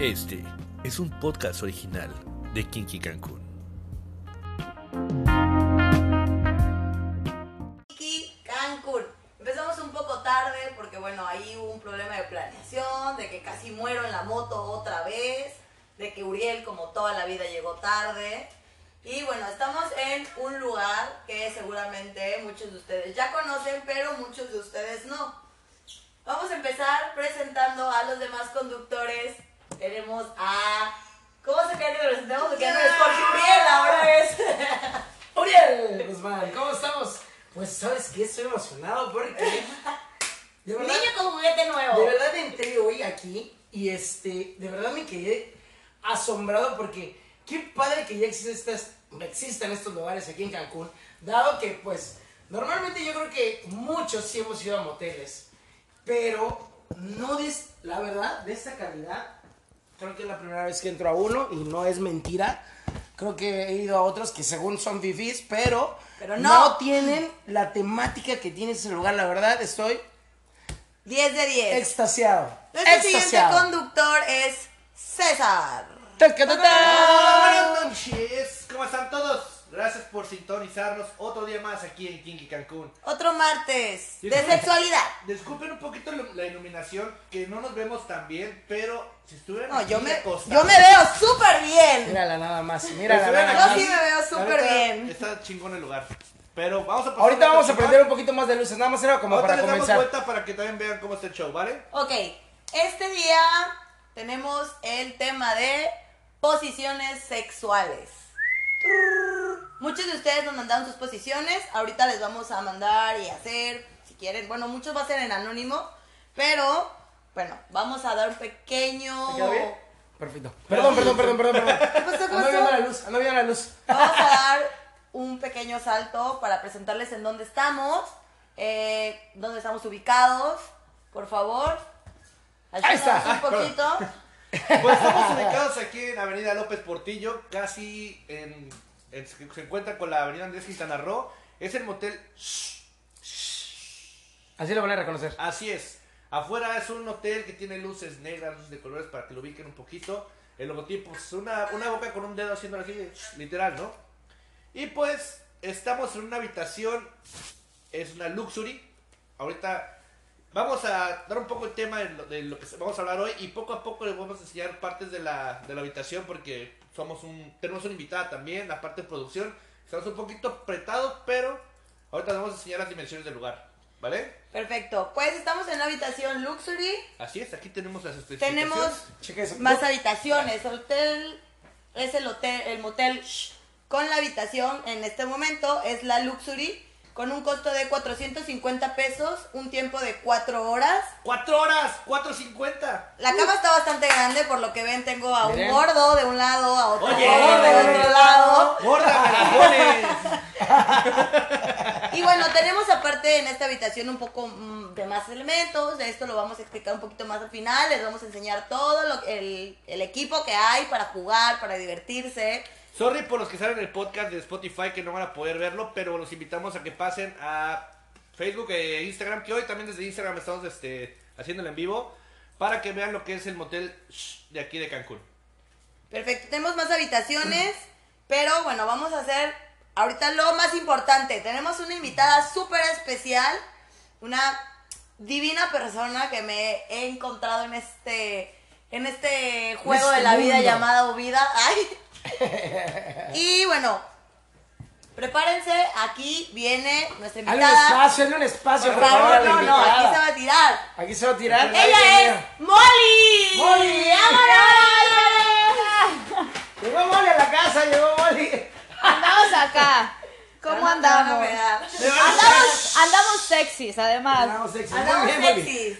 Este es un podcast original de Kinky Cancún. Kinky Cancún. Empezamos un poco tarde porque, bueno, ahí hubo un problema de planeación, de que casi muero en la moto otra vez, de que Uriel, como toda la vida, llegó tarde. Y bueno, estamos en un lugar que seguramente muchos de ustedes ya conocen, pero muchos de ustedes no. Vamos a empezar presentando a los demás conductores. Tenemos a. ¿Cómo se quiere que lo presentamos? Porque no es Jorge Uriel, ahora es. Uriel Guzmán, ¿cómo estamos? Pues sabes que estoy emocionado porque de verdad, Niño con juguete nuevo. de verdad entré hoy aquí y este, de verdad me quedé asombrado porque qué padre que ya existen estas, existan estos lugares aquí en Cancún, dado que pues normalmente yo creo que muchos sí hemos ido a moteles, pero no de, es- la verdad, de esta calidad, creo que es la primera vez que entro a uno y no es mentira. Creo que he ido a otros que según son fifís, pero, Pero no. tienen la temática que tiene ese lugar. La verdad, estoy 10 de 10. extasiado. Nuestro siguiente extasiado. conductor es César. ¡Tacatatán! Buenas noches, ¿cómo están todos? Gracias por sintonizarnos otro día más aquí en Kinky Cancún. Otro martes de Sí. sexualidad. Disculpen un poquito la la iluminación, que no nos vemos tan bien, pero si estuvieran No, aquí yo me, acostados- yo me veo súper bien. Mírala nada más, Si mírala estuvieran nada Yo más. aquí, sí me veo súper la neta, bien. Está chingón el lugar. Pero vamos a pasar Ahorita a vamos a otro prender un tema. poquito más de luces, nada más era como Ahorita para les damos comenzar. vuelta para que también vean cómo está el show, ¿vale? Ok, este día tenemos el tema de posiciones sexuales. Muchos de ustedes nos mandaron sus posiciones, ahorita les vamos a mandar y hacer, si quieren, bueno, muchos va a ser en anónimo, pero bueno, vamos a dar un pequeño... ¿Te quedó bien? Perfecto. Perdón, perdón, perdón, perdón, perdón. pasó? ¿Qué Ando viendo pasó? la luz, ando viendo la luz. Vamos a dar un pequeño salto para presentarles en dónde estamos, eh, dónde estamos ubicados, por favor. Ahí está. Ayúdanos Ah, Un poquito. Pues estamos ubicados aquí en Avenida López Portillo, casi en, en- se encuentra con la Avenida Andrés Quintana Roo. Es el motel Así lo van a reconocer. Así es. Afuera es un hotel que tiene luces negras, luces de colores para que lo ubiquen un poquito. El logotipo es una, una boca con un dedo haciendo así, literal, ¿no? Y pues estamos en una habitación, es una luxury. Ahorita vamos a dar un poco el tema de lo, de lo que vamos a hablar hoy y poco a poco les vamos a enseñar partes de la, de la habitación porque somos un, tenemos una invitada también, la parte de producción. Estamos un poquito apretados, pero ahorita les vamos a enseñar las dimensiones del lugar, ¿vale? Perfecto. Pues estamos en la habitación Luxury. Así es, aquí tenemos las especificaciones. Tenemos Checa eso. Ah, más habitaciones. Hotel es el hotel, el motel shh, con la habitación en este momento es la Luxury con un costo de 450 pesos, un tiempo de 4 horas. ¡Cuatro horas! ¡4.50! La cama está bastante grande, por lo que ven tengo a un Miren. gordo de un lado, a otro Oye. gordo del otro lado. ¡Gorda, me la pones! Y bueno, tenemos aparte en esta habitación un poco mm, de más elementos, de esto lo vamos a explicar un poquito más al final, les vamos a enseñar todo lo- el, el equipo que hay para jugar, para divertirse. Sorry por los que salen en el podcast de Spotify que no van a poder verlo, pero los invitamos a que pasen a Facebook e Instagram, que hoy también desde Instagram estamos este, haciéndolo en vivo, para que vean lo que es el motel Shh de aquí de Cancún. Perfecto, tenemos más habitaciones, pero bueno, vamos a hacer ahorita lo más importante. Tenemos una invitada súper especial, una divina persona que me he encontrado en este en este juego este de la vida mundo. llamado vida. Ay. Y bueno, prepárense, aquí viene nuestra Hazle un invitada. espacio, hazle un espacio, Por por favor, a favor, la no, no, aquí invitada. se va a tirar. Aquí se va a tirar. Ay, Ella es Dios mío. Molly. Molly. ¡Vámonos! Llegó Molly a la casa, llegó Molly. Andamos acá. ¿Cómo Ah, no, no, andamos? me da. Andamos, andamos sexys, además. Andamos sexy. Muy Andamos bien, Molly. sexys.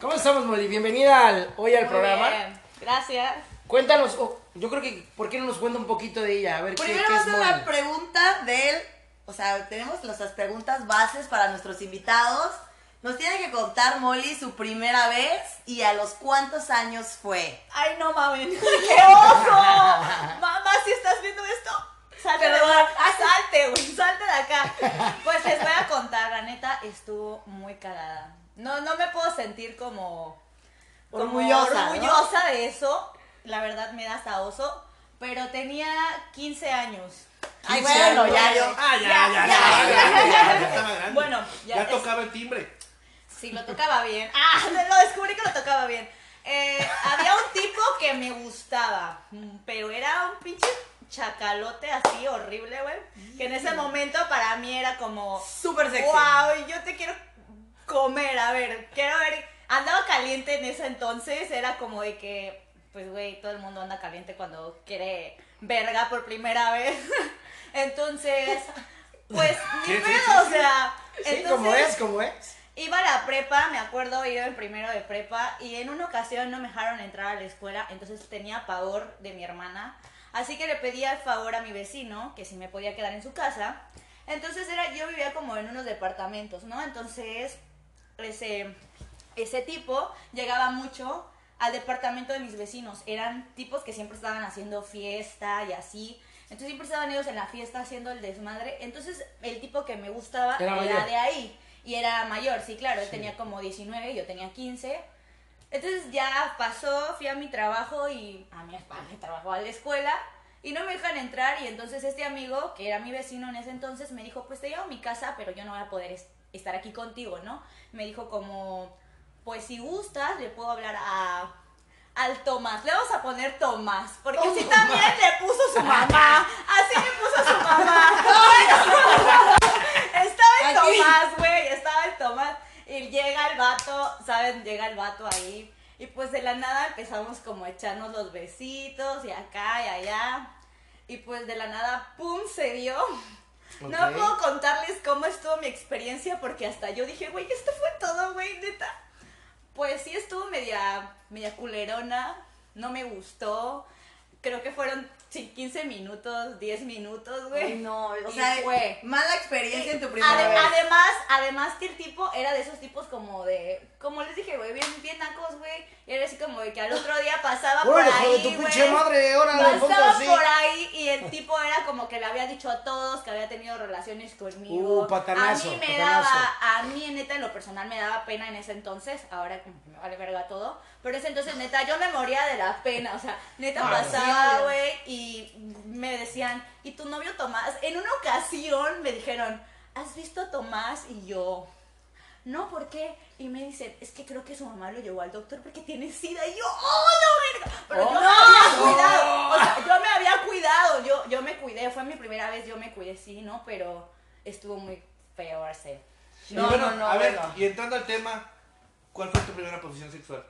¿Cómo estamos, Molly? Bienvenida al- hoy al Muy programa. bien, Gracias. Cuéntanos, oh, yo creo que, ¿por qué no nos cuenta un poquito de ella? A ver, ¿qué, Primero qué vamos es a hacer la Molly? pregunta del. O sea, tenemos nuestras preguntas bases para nuestros invitados. Nos tiene que contar Molly su primera vez y a los cuántos años fue. Ay, no mamen. ¡Qué oso! Mamá, si estás viendo esto, salte de Perdón. acá. Ah, Salte, güey, salte de acá. Pues les voy a contar, la neta, estuvo muy cagada. No, no me puedo sentir como como Orgullosa, ¿no? orgullosa de eso. La verdad me da hasta oso. Pero tenía 15 años. Ay, 15 bueno, años. ya yo. Ah, ya, ya, ya. ya, estaba ya, grande, ya, ya, ya. ya estaba grande. Bueno, ya ya, es- tocaba el timbre. Sí, lo tocaba bien. Ah, lo descubrí que lo tocaba bien. Eh, había un tipo que me gustaba, mm, pero era un pinche chacalote así horrible, güey. Que en ese momento para mí era como, Mm. Súper sexy. wow, yo te quiero comer, a ver, quiero ver. Andaba caliente en ese entonces, era como de que, pues, güey, todo el mundo anda caliente cuando quiere verga por primera vez. entonces, pues, ni Sí, sí, sí, pedo, o sí. sea. Sí, como entonces- es, como es. Iba a la prepa, me acuerdo, iba en primero de prepa y en una ocasión no me dejaron entrar a la escuela, entonces tenía pavor de mi hermana. Así que le pedí el favor a mi vecino que si me podía quedar en su casa. Entonces era, yo vivía como en unos departamentos, ¿no? Entonces ese, ese tipo llegaba mucho al departamento de mis vecinos. Eran tipos que siempre estaban haciendo fiesta y así. Entonces siempre estaban ellos en la fiesta haciendo el desmadre. Entonces el tipo que me gustaba Era era, mayor. de ahí. Y era mayor, sí, claro. Él tenía como 19, yo tenía 15. Entonces ya pasó, fui a mi trabajo y a mi, a mi trabajo, a la escuela. Y no me dejan entrar y entonces este amigo, que era mi vecino en ese entonces, me dijo, pues te llevo a mi casa, pero yo no voy a poder es- estar aquí contigo, ¿no? Me dijo como, pues si gustas, le puedo hablar a, al Tomás. Le vamos a poner Tomás, porque así también le puso su mamá. Así le puso su mamá. Estaba el Aquí. Tomás, güey, estaba el Tomás. Y llega el vato, ¿saben? Llega el vato ahí. Y pues de la nada empezamos como a echarnos los besitos y acá y allá. Y pues de la nada, ¡pum! se dio. No Ok. puedo contarles cómo estuvo mi experiencia porque hasta yo dije, güey, esto fue todo, güey, neta. Pues sí estuvo media, media culerona, no me gustó. Creo que fueron sí, 15 minutos, 10 minutos, güey. Ay, no, o Y sea, fue. mala experiencia en tu primera Ade- vez. además, además que el tipo era de esos tipos como de, como les dije, güey, bien, bien nacos, güey. Y era así como de que al otro día pasaba por Bueno, hijo de ahí, tu pinche güey. madre, ahora le pongo Pasaba así. por ahí y el tipo era como que le había dicho a todos que había tenido relaciones conmigo. Uh, patanazo, a mí me patanazo. daba, a mí neta en lo personal me daba pena en ese entonces, ahora como que me vale verga todo, pero ese entonces neta yo me moría de la pena, o sea, neta Ah, pasaba, sí. güey, y me decían, ¿y tu novio Tomás? En una ocasión me dijeron, ¿has visto a Tomás? Y yo... No, ¿por qué? Y me dicen, es que creo que su mamá lo llevó al doctor porque tiene sida. Y yo, ¡oh, la verga! Pero yo me había cuidado. O sea, yo me había cuidado. Yo, yo me cuidé. Fue mi primera vez, yo me cuidé, sí, ¿no? Pero estuvo muy feo hacer. Y No, bueno, no, no, A ver, bueno. y entrando al tema, ¿cuál fue tu primera posición sexual?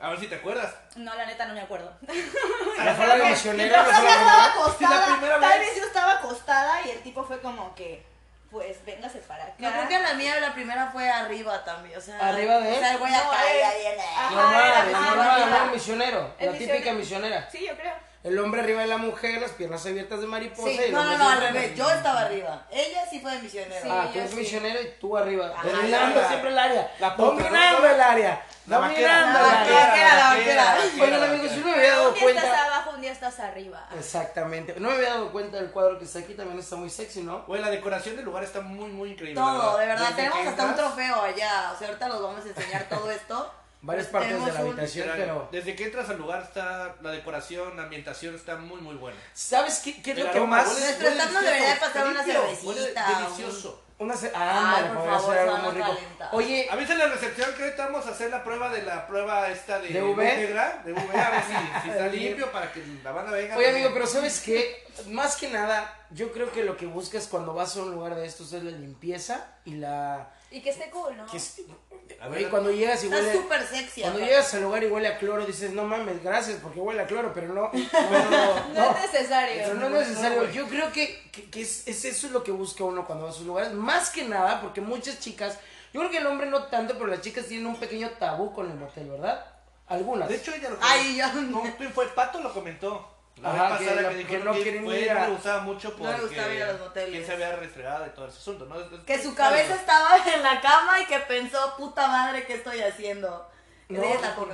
A ver si te acuerdas. No, la neta no me acuerdo. A lo mejor era misionero, a Yo lo mejor creo que era estaba mamá. acostada. Sí, la primera Tal vez. vez yo estaba acostada y el tipo fue como que, pues, véngase para acá. No, creo que la mía, la primera fue arriba también, o sea. ¿Arriba de él? O sea, el güey No, acá y él- ahí en Ajá, Normal, ajá, es ajá, normal, ajá. ¿no? misionero. El La típica misionero. misionera. Sí, yo creo. El hombre arriba de la mujer, las piernas abiertas de mariposa Sí, y el no, hombre no, no, al arriba de la revés, yo estaba arriba. Ella sí fue de misionero. Sí. Ah, tú yo eres sí. misionero y tú arriba. Ajá. Dominando siempre el área. La puta, Dominando ¿no? el área. La vaquera, Dominando la el área. vaquera, la vaquera. Oigan, amigos, yo no me había Un dado día estás cuenta. abajo, un día estás arriba. Exactamente. No me había dado cuenta del cuadro que está aquí. También está muy sexy, ¿no? Güey, la decoración del lugar está muy, muy increíble. Todo, de verdad, Desde tenemos que hasta un entras- trofeo allá. O sea, ahorita los vamos a enseñar todo esto. Varias Pues partes de tenemos la un- habitación, literal, pero. Desde que entras al lugar está la decoración, la ambientación está muy, muy buena. ¿Sabes qué, qué es lo El que aroma, más? huele- Nuestro huele entorno delicioso, debería pasar está una cervecita, huele un- delicioso. Una se... Ay, Ah, ándale, por podría favor, ser algo se muy van a rico. calentar. Oye, Avisen la recepción que ahorita vamos a hacer la prueba de la prueba esta de, ¿De V? negra, de V, a ver si, si está limpio para que la banda venga. Oye, también. amigo, pero ¿sabes qué? Más que nada, yo creo que lo que buscas cuando vas a un lugar de estos es la limpieza y la... Y que esté cool, ¿no? que es- A Güey, ver, cuando llegas y Está huele... súper sexy. Cuando aparte. llegas al lugar y huele a cloro, dices, no mames, gracias, porque huele a cloro, pero no... pero no, No no, es necesario. pero no es No, necesario. güey. yo creo que, que- que es, es eso lo que busca uno cuando va a esos lugares. Más que nada, porque muchas chicas... Yo creo que el hombre no tanto, pero las chicas tienen un pequeño tabú con el motel, ¿verdad? Algunas. de hecho ella lo Ay, ya. No, tú- fue Pato lo comentó. La Ajá, vez que pasada la- que, dijo que no que quieren fue, ir no a- le gustaba mucho no porque le gustaba ir a los moteles. quién se había restregado de todo ese asunto, ¿no? Es- es- Que su es- cabeza estaba en la cama y que pensó, puta madre, ¿qué estoy haciendo? No, Ella no, tampoco.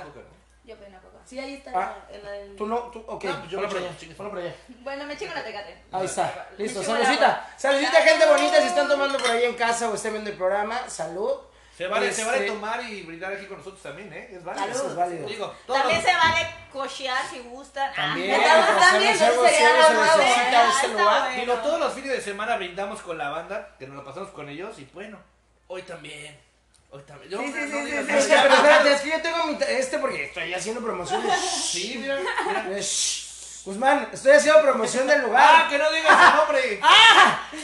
Yo pedí una coca. Sí, ahí está. Ah, en la- en la- Tú no, tú, ok. No, pues yo ponlo no por sé, allá, chicas. ponlo por allá. Bueno, me chingo la tecate. Ahí está, listo. Me llegó el Saludcita, agua. saludcita, gente bonita. Si están tomando por ahí en casa o están viendo el programa, salud. Se vale, se vale Este- tomar y brindar aquí con nosotros también, ¿eh? Es válido. Salud. Eso es válido. Digo, todos También los- se vale cochear si gustan. Ah, También, ¿verdad? Estamos pues, también, hacemos pues, sería algo, la se nueva necesita buena, este está lugar. buena. digo, todos los fines de semana brindamos con la banda, que nos lo pasamos con ellos y bueno, hoy también. Hoy también. Yo, Sí, sí, no sí, digas sí, eso, Es que, ya. pero espérate, es que yo tengo mi. ta- Este porque estoy haciendo promociones. Sí, mira, mira. Shh. Guzmán, estoy haciendo promoción del ¡Ah, lugar. que no digas el nombre! Ah.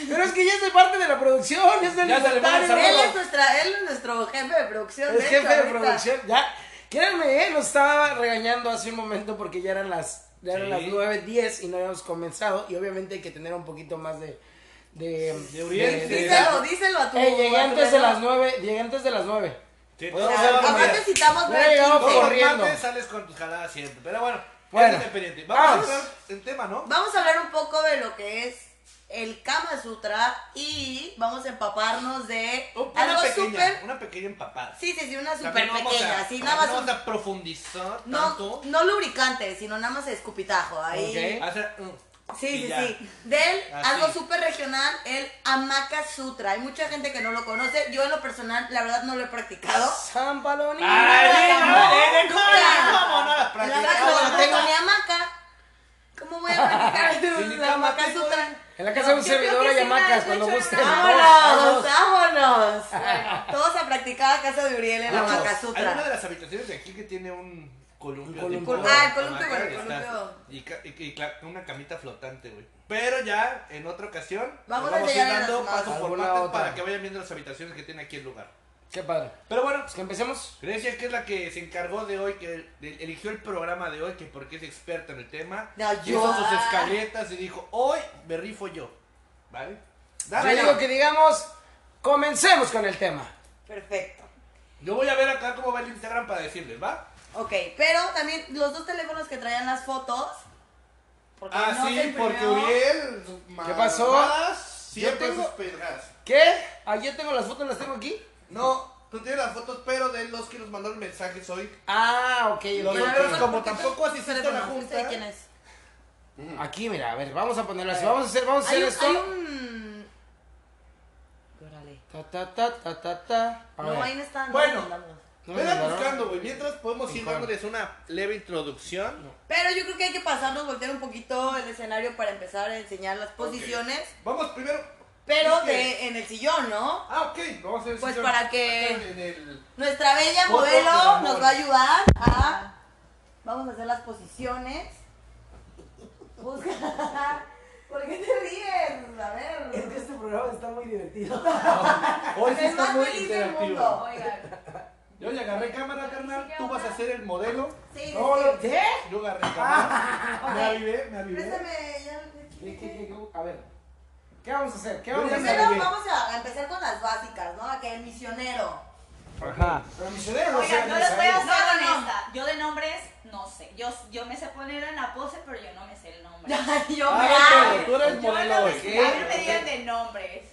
Pero es que ya es de parte de la producción, es del Ya se le manda el inventario. Él saludo. es, nuestra, él es nuestro jefe de producción. Es de jefe hecho, de ahorita. producción. Ya, créanme, eh, nos estaba regañando hace un momento porque ya eran las, ya eran Sí. las 9, 10 y no habíamos comenzado. Y obviamente hay que tener un poquito más de. De, De audiencia. de- Díselo, díselo a tu. Ey, Eh, llegué a tu antes de reloj. las 9. Llegué antes de las 9. Sí, Bueno, todos o sea, los aparte días. Pues, Aparte citamos No ver llegamos Todos los corriendo. martes sales con tus jaladas siempre. Pero bueno, Bueno, bueno. independiente. Vamos vamos. a entrar en tema, ¿no? Vamos a hablar un poco de lo que es el Kama Sutra y vamos a empaparnos de Una algo pequeña, súper. una pequeña empapada. Sí, sí, sí, una súper También no vamos pequeña. a- Así, no nada más. vamos un- a profundizar No, tanto. no lubricante, sino nada más escupitajo. Ahí. Ok. Hacer, mm, y Sí, sí, ya. sí. Del Así. algo súper regional, el Amaka Sutra. Hay mucha gente que no lo conoce. Yo en lo personal, la verdad, no lo he practicado. San Palonino. ¡Ay, no, mira, no, ¿cómo no? no, ¿Cómo no? La Practicamos, verdad, como no ¿no? tengo ni hamaca, ¿cómo voy a practicar Sin ni el Amaka hamaca, Sutra? En la casa de un Yo creo servidor que hay sí, hamacas me cuando has hecho pues. gusten. una- ¡Vámonos! ¡Vámonos! Todos a practicar a casa de Uriel en la Vamos. Amaka Hay una de Sutra. las habitaciones de aquí que tiene un columpio. Un tipo- columpio. Ah, el columpio, hamaca, bueno, el está- columpio. Y, ca- y- y cla- una camita flotante, güey. Pero ya, en otra ocasión, les Vamos a vamos a ir enseñarles dando las más. paso por Alguna partes otra. para que vayan viendo las habitaciones que tiene aquí el lugar. Qué padre. Pero bueno, Pues que empecemos. Grecia, que es la que se encargó de hoy, que el- eligió el programa de hoy, que porque es experta en el tema, Ya, yo. hizo sus escaletas y dijo, hoy me rifo yo, ¿vale? Dale, Yo yo, digo que digamos, comencemos con el tema. Perfecto. yo voy a ver acá cómo va el Instagram para decirles, ¿va? Ok, pero también los dos teléfonos que traían las fotos. Porque Ah, no se sí, imprimió. porque Uriel, ¿Qué pasó? mamadas, pues, siempre Yo tengo- sus pedradas. ¿Qué? Ah, yo tengo las fotos, las tengo aquí. No, tú tienes las fotos, pero de los que nos mandaron mensajes hoy. Ah, ok. Los ok. otros, como ¿Por qué tampoco asistieron a la teléfono? ¿Este de junta. quién es? Aquí, mira, a ver, vamos a ponerlas. Vamos a hacer, vamos a Hay hacer un, esto. hay un... Órale. Ta, ta, ta, ta, ta, ta. A No, ver. ahí no están. no Bueno. los mandamos. No Vela me mandaron. buscando, güey. Mientras podemos ir Mejor. dándoles una leve introducción. Pero yo creo que hay que pasarnos, voltear un poquito el escenario para empezar a enseñar las posiciones. Vamos primero. Pero Es que- de, en el sillón, ¿no? Ah, ok, vamos a hacer Pues sesión. para que- Acá En el... Nuestra bella Fotos del modelo amor. nos va a ayudar a... Vamos a hacer las posiciones. Busca- ¿Por qué te ríes? A ver. este programa está muy divertido. Hoy sí Es está más muy feliz del mundo. interactivo. Oigan, Yo le agarré cámara, carnal. Tú vas a ser el modelo. Sí, sí, No, no, sí. ¿qué? Yo agarré cámara. ¿Eh? Me Ah, Ok. avivé, me avivé. Préstame ya. ¿Qué, qué, qué? A ver, ¿qué vamos a hacer? ¿Qué Yo vamos a ya me hacer? Primero vamos a a empezar con las básicas, ¿no? Aquel misionero. Ajá. Pero misionero no oigan, sé. yo les voy a No, ser no, no. honesta. Yo de nombres no sé. Yo, yo me sé poner en la pose, pero yo no me sé el nombre. Yo me Ah, amo. tú eres Yo no me modelo hoy. sé. A mí me digan de nombres.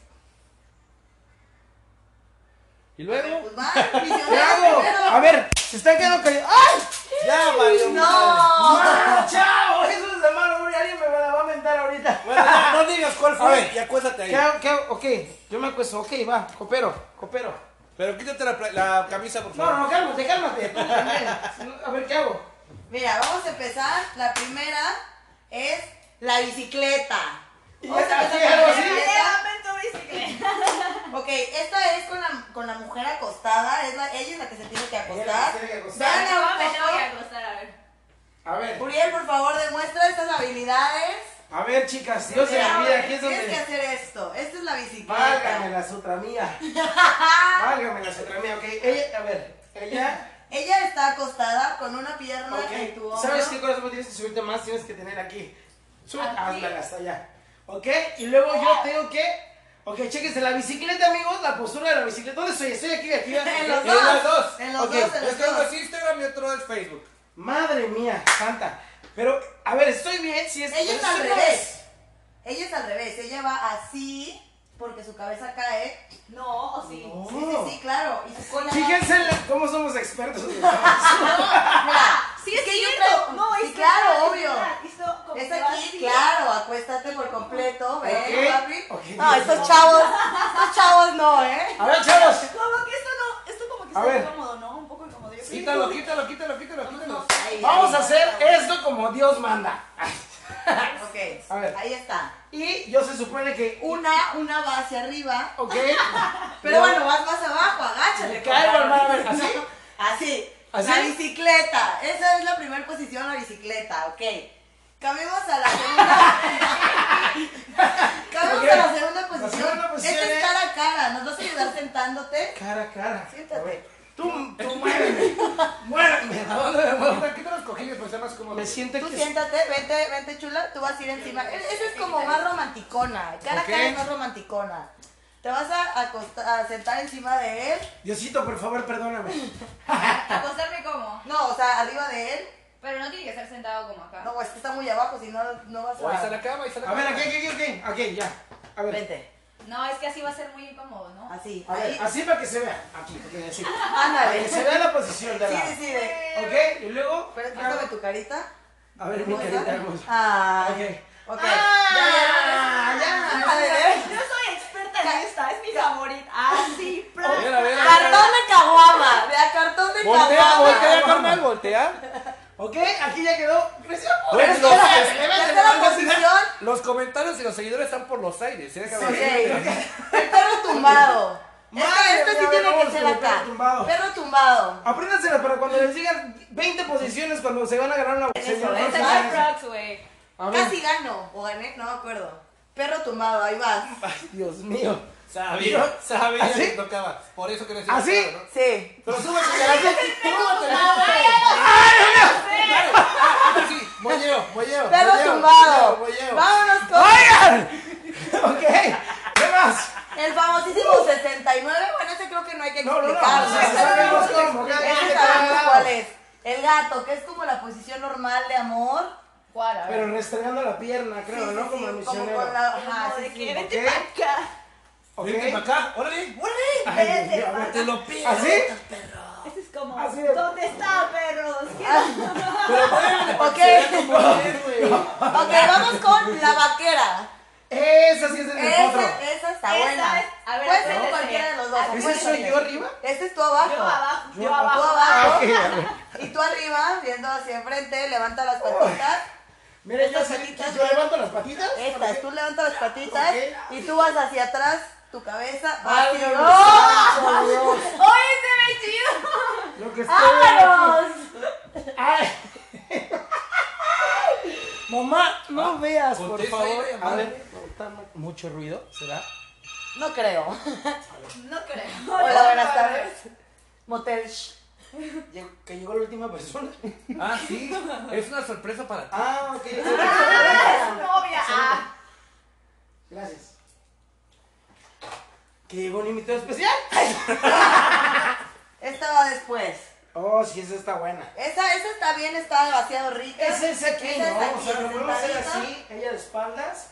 Y Pues luego, va, ¿Qué misionero hago? primero. A ver, se están quedando callados. ¡Ay! ya valió. madre. No. ¡Ah, ¡Chao! Eso es de malo, hombre. Alguien me la va a mentar ahorita. Bueno, ya, no digas cuál A fue ver. y acuéstate ahí. ¿Qué hago? ¿Qué hago? Ok, yo me acuesto. Ok, va, coopero, coopero. Pero quítate la, pla- la camisa, por favor. No, no, cálmate, cálmate. Tú también. A ver, ¿qué hago? Mira, vamos a empezar. La primera es la bicicleta. Y Vamos a ya, empezar ¿qué con hago la así? bicicleta. Llévame en tu bicicleta. Ok, esta es con la, con la mujer acostada. Es la- ella es la que se tiene que acostar. tiene que acostar. Vean No, me tengo que la acostar, a ver. A ver, foto. Uriel, por favor, demuestra estas habilidades. a ver, chicas. Dios de Mira, la vida, aquí es Tienes que donde. hacer esto. Esta es la bicicleta. Válgame la sutra mía. Válgame la sutra mía, ok. Ella, a ver, ella. Ella está acostada con una pierna en tu Ok, hombro. ¿sabes qué corazón tienes que subirte más? Tienes que tener aquí. Sube, Aquí. házmela hasta allá. ¿Ok? Y luego yo tengo que. Ok, chéquense la bicicleta, amigos, la postura de la bicicleta. ¿Dónde estoy? Estoy aquí, aquí. aquí. En los En dos. las dos. En los Ok, dos, en Es los que uno dos. es Instagram y otro es Facebook. Madre mía, santa. Pero, a ver, estoy bien si es. Ella Pues es pero al estoy revés. Ella es al revés. Ella va así porque su cabeza cae. No, o sí. No. Sí, sí, sí, claro. Y su cola. Fíjense en la- cómo somos expertos. Mira, Ah, Sí, es que yo cierto. traigo- No, sí, es claro, verdad, obvio. verdad. Hizo como Es que va aquí, así. claro, acuéstate por completo, ¿ves, Ok, papi? ok. no, estos chavos, estos chavos no, ¿eh? a ver, chavos. Como que esto no, A está ver. incómodo, ¿no? Un poco incómodo. Yo creo. Quítalo, quítalo, quítalo, quítalo, quítalo. Ay, Vamos ay, a hacer ay. esto como Dios manda. Ok, A ver. ahí está. Y yo se supone que un... Una, una va hacia arriba. ¿Ok? Pero bueno, vas más abajo, agáchale. Me caigo, compadre. hermano, a ver, ¿así? Así. ¿Así? La bicicleta. Esa es la primera posición, la bicicleta, ok. Cambiemos a la segunda. Cambiemos Ok. a la segunda La posición. segunda posición Esta es- es cara a cara. ¿Nos vas a ayudar sentándote? Cara a cara. Siéntate. A ver, Tú, tú muéveme. Muéveme. ¿A dónde me muevo? Quita los cojines para ser más cómodo. Me siento Tú que... siéntate, vente, vente chula, tú vas a ir encima. E- Esa es como más romanticona. Cara a Ok. cara es más romanticona. Te vas a, acosta- a sentar encima de él. Diosito, por favor, perdóname. ¿Acostarme cómo? No, o sea, arriba de él. Pero no tiene que estar sentado como acá. No, es que está muy abajo, si no, no vas O ahí está la a. cama, ahí está la cama. A ver, aquí, aquí, aquí, aquí. Aquí, ya. A ver. Vente. No, es que así va a ser muy incómodo, ¿no? Así, A ver, ahí. así para que se vea. Aquí, ok, así. Para que Ándale. se vea la posición de Sí, la... decide. ¿Ok? Y luego... Pero préstame tu carita. A ver, Ah. mi carita hermosa. Ay. Ok. Ya, Ah, ya, ya. A ver. Yo soy experta en esta, es mi favorita. Así, A ver, a ver, a ver. Cartón de caguama. Vea, cartón de Voltea, voltea, caguama. carnal, voltea. Ok, aquí ya quedó. Recién- Bueno, Espérate, espérate, espérate, espérate, Tercera espérate. posición. Los comentarios y los seguidores están por los aires. este, ¿eh? Déjame Ok. ver. El perro tumbado. Madre Esta- esta sí mía, a tiene ver, que vamos ser con el acá. perro tumbado. Perro tumbado. Apréndansela para cuando les digan 20 posiciones cuando se van a ganar una Eso, no eso, se eso. hace. Crocs, güey. A ver, Casi gano. O gané, no me acuerdo. Perro tumbado, ahí vas. Dios mío. Sabía, sabía ¿Así? que tocaba. Por eso que no ¿Así? sentado, ¿no? Sí. Pero súbete, carajo. Ah, Ah, Súbete. Así, bolleo, bolleo. Perro bolleo, bolleo, tumbado. bolleo. Vámonos ¡Ah! con ¡Oigan! Ok. ¿Qué más? el famosísimo 69. Bueno, ese creo que no hay que No, no, no. explicarlo. Sí, sí, sabemos cómo. Ok, Ese ya sabemos quedó. cuál es. El gato, que es como la posición normal de amor. ¿Cuál? A ver. Pero restregando la pierna, creo, Sí, ¿no? sí, Como sí, como el con misionero. la. Ajá, como sí, de sí. que vete ok. para acá. Ok. Vente para acá, órale. eh, Ay, Dios Vete mío, a para ver, acá. Te lo pido. ¿Así? Este es como, Así es. ¿dónde está, perros? ¿Qué- ah, Ah. Ok, No. ok, vamos con la vaquera. Esa sí es en el potro. Esa, esa está Esa buena. es- a ver, Puede ser acuérdate. cualquiera de los dos. ¿Ese soy yo arriba? Este es tú abajo. Yo abajo, yo, Yo abajo. Tú Ah, abajo. ok, a ver. Y tú arriba, viendo hacia enfrente, levanta las patitas. Mira, yo, Estas sí- patitas. yo levanto las patitas. Estas, tú levantas las patitas Ok. y tú vas hacia atrás, tu cabeza. vas Válgame y- santo Dios, ¡Oye, se ve chido! Lo que estoy ¡Vámonos! Ay. Mamá, no veas, por Contesta favor. ahí la A llamada. ver, no está mu- mucho ruido, ¿será? No creo. No creo. Hola, buenas tardes. Motel. shh. Llegó- Que llegó la última persona. Ah, sí. Es una sorpresa para ti. Ah, ok. ¡Ah, su novia! Ah, Gracias. Que llegó un invitado especial. Esta va después. Oh, sí, esa está buena. Esa, esa está bien, está demasiado rica. Es esa aquí, Esa ¿no? está O sea, lo podemos hacer sentadita, así, ella de espaldas.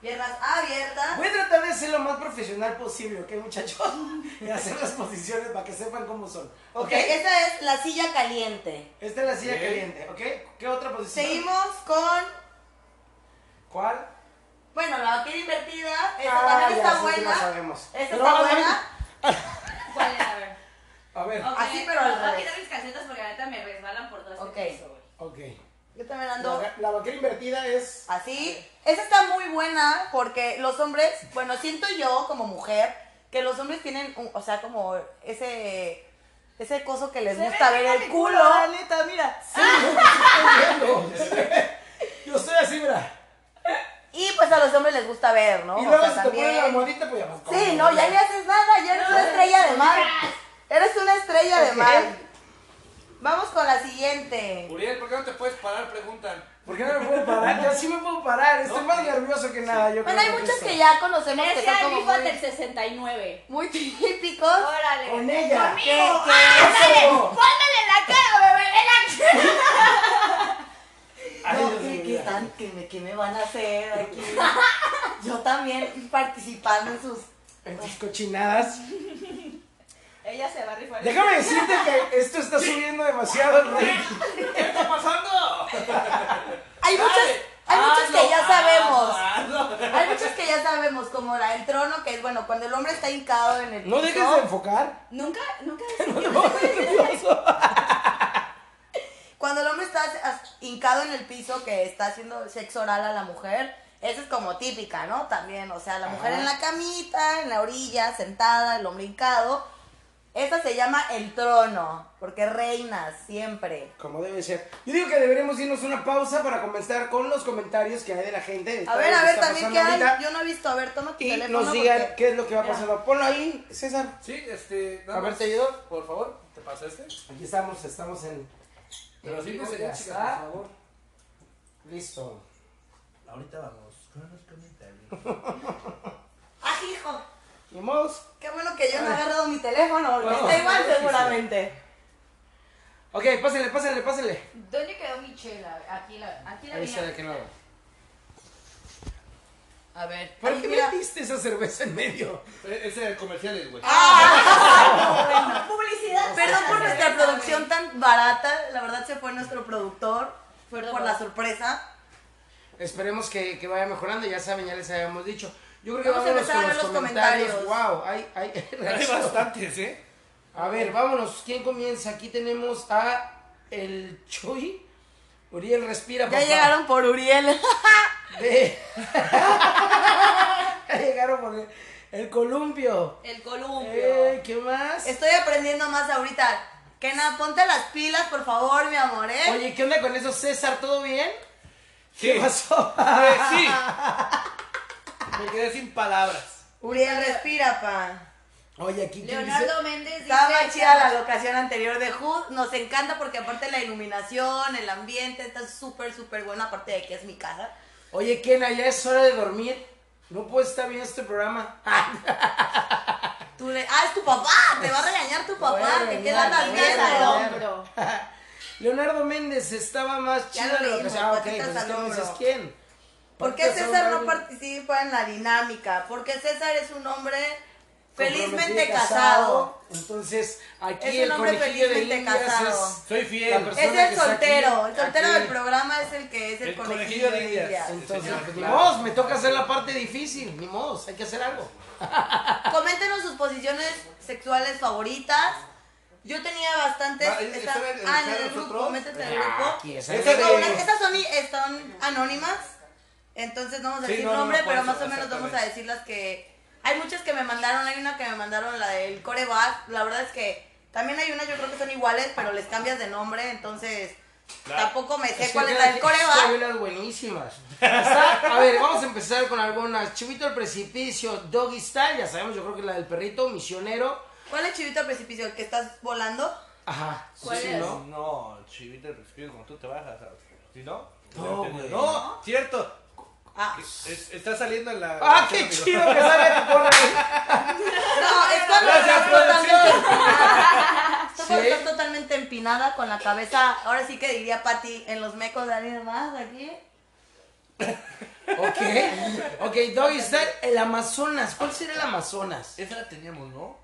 Piernas abiertas. Voy a tratar de ser lo más profesional posible, ¿ok, muchachos? Y hacer las posiciones para que sepan cómo son. ¿Ok? Ok, esta es la silla caliente. Esta es la silla Ok. caliente, ¿ok? ¿Qué otra posición? Seguimos con, ¿Cuál? bueno, la vaquera invertida. Esta Ah, también ya, está sí, buena. la sabemos. Esta Pero está vamos a ver- buena. ¿Cuál es? A ver. A ver, Ok, Así, pero al Voy a revés. quitar mis calcetas porque la neta me resbalan por todas Ok. partes, güey. ok. Yo también ando La, la vaquera invertida es. así. Esta está muy buena porque los hombres, bueno, siento yo como mujer que los hombres tienen, un- o sea, como ese ese coso que les Se gusta ve ver mi el culo. La neta, mira. Yo estoy así, mira. Y pues a los hombres les gusta ver, ¿no? y O luego sea, si te ponen la también- modita, pues ya más Sí, no, ya ni haces nada, ya eres una estrella de mar. Eres una estrella de Ok. mar. Vamos con la siguiente. Uriel, ¿por qué no te puedes parar? Preguntan. ¿Por qué no me puedo parar? Yo sí me puedo parar. Estoy más nervioso que nada. Yo Bueno, creo hay muchas esto. que ya conocemos que Ese son al como FIFA del muy, 69. muy típicos. Órale. Con ella. Conmigo. Que- que- ¡Ándale! ¡Póntale en la cara, bebé! ¡Ven aquí! Ay, No, Dios ¿qué, mío, qué mira. tan- qué me, qué me van a hacer aquí? Yo también participando en sus... En tus cochinadas. Ella se va a rifar. Déjame decirte que esto está subiendo demasiado el rating. ¿Qué está pasando? Hay muchas, hay muchas que Hazlo, ya sabemos. hazlo, hazlo. Hay muchas que ya sabemos, como la del trono, que es, bueno, cuando el hombre está hincado en el No dejes piso. de enfocar. Nunca, nunca. No, Cuando el hombre está as- hincado en el piso que está haciendo sexo oral a la mujer, eso es como típica, ¿no? También, o sea, la mujer en la camita, en la orilla, sentada, el hombre hincado. Esa se llama el trono, porque reina siempre. Como debe ser. Yo digo que deberemos irnos una pausa para comenzar con los comentarios que hay de la gente. A ver, a ver, Está también pasando que hay. ahorita. Yo no he visto, a ver, toma tu Y teléfono. nos digan porque- qué es lo que va Mira. pasando. Ponlo ahí, César. Sí, este. A ver, ¿te ayudo? Por favor, ¿te pasa este? Aquí estamos, estamos en. Pero sí, Ya que se ya, chicas, está. por favor. Listo. Ahorita vamos con los comentarios. ¡Ah, hijo! Y Mouse. Qué bueno que yo no he agarrado mi teléfono, porque está igual seguramente. Ok, pásenle, pásenle, pásenle. ¿Dónde quedó mi chela? Aquí la, aquí la Ahí está, vi. de aquel lado. A ver, ¿Por ay, qué mira. metiste esa cerveza en medio? Eh, E, Ese era el comercial, güey. Ah, Publicidad. Ah, Perdón por nuestra producción tan barata, la verdad se fue nuestro productor, fue por la sorpresa. Esperemos que, que vaya mejorando, ya saben, ya les habíamos dicho. Yo creo que Vamos a vámonos empezar con a los, ver los comentarios. comentarios. Wow, hay, hay Hay reacción. bastantes, ¿eh? A ver, vámonos. ¿Quién comienza? Aquí tenemos a el Chuy. Uriel respira. Ya papá. llegaron por Uriel. De- ya llegaron por el, el columpio. El columpio. Eh, ¿Qué más? Estoy aprendiendo más ahorita. Kena, ponte las pilas, por favor, mi amor, ¿eh? Oye, ¿qué onda con eso, César? ¿Todo bien? Sí. ¿Qué pasó? Eh, sí. Me quedé sin palabras. Uriel, respira, pa. Oye, aquí ¿quién Leonardo Méndez dice. Estaba más chida la locación anterior de Hood. Nos encanta porque aparte la iluminación, el ambiente, está súper, súper bueno, aparte de que es mi casa. dice? Oye, Kena, ya es hora de dormir. No puede estar bien este programa. Tú le... Ah, es tu papá, te va a regañar tu voy a papá, te regañar, quedan te las voy a ganas. regañar. ¿no? hombro. Leonardo Méndez estaba más Ya chido lo de lo que leímos, sea. Ok, patitas pues, al ¿qué me hombro. dices? ¿Quién? ¿Por qué Patitas al César no hombro. participa en la dinámica? Porque César es un hombre felizmente Comprometido, casado. Entonces, aquí Es un el hombre conejillo de felizmente Indias casado. es... Soy La fiel. persona- Es el que está soltero, aquí, el soltero aquí. del programa es el que es el, El conejillo, de indias. Entonces, señor, pues, ni claro. modos, me toca hacer la parte difícil, ni modos, hay que hacer algo. Coméntenos sus posiciones sexuales favoritas. Yo tenía bastantes. Va, es- esta- espera, el- ah, espera en el grupo, nosotros. métete en el Ah, grupo. aquí es Estas son, el- estas son i- están anónimas, entonces no vamos a Sí, decir no, no, nombre, no, por pero eso, más o menos vamos a exactamente. decir las que. Hay muchas que me mandaron, hay una que me mandaron, la del coreback. La verdad es que también hay unas, yo creo que son iguales, pero les cambias de nombre, entonces Claro. tampoco me sé Es que cuál es cada la del quien sabe coreback. unas buenísimas. Está- a ver, vamos a empezar con algunas. Chivito al precipicio, Doggy Style, ya sabemos, yo creo que la del perrito, misionero. ¿Cuál es Chivito al precipicio? ¿El que estás volando? Ajá, ¿Cuál sí, es? ¿no? No, chivita el respiro como tú te bajas. ¿sabes? ¿Sí no? No, güey. No, cierto. Ah, Es- está saliendo en la. ¡Ah, qué chido que sale tu porra ahí! No, es cuando estás totalmente. Esto cuando Sí. estás totalmente empinada con la cabeza. Ahora sí que diría Pati, en los mecos de alguien más aquí. Ok, ok, Doggy Style, el Amazonas. ¿Cuál será el Amazonas? Esa la teníamos, ¿no?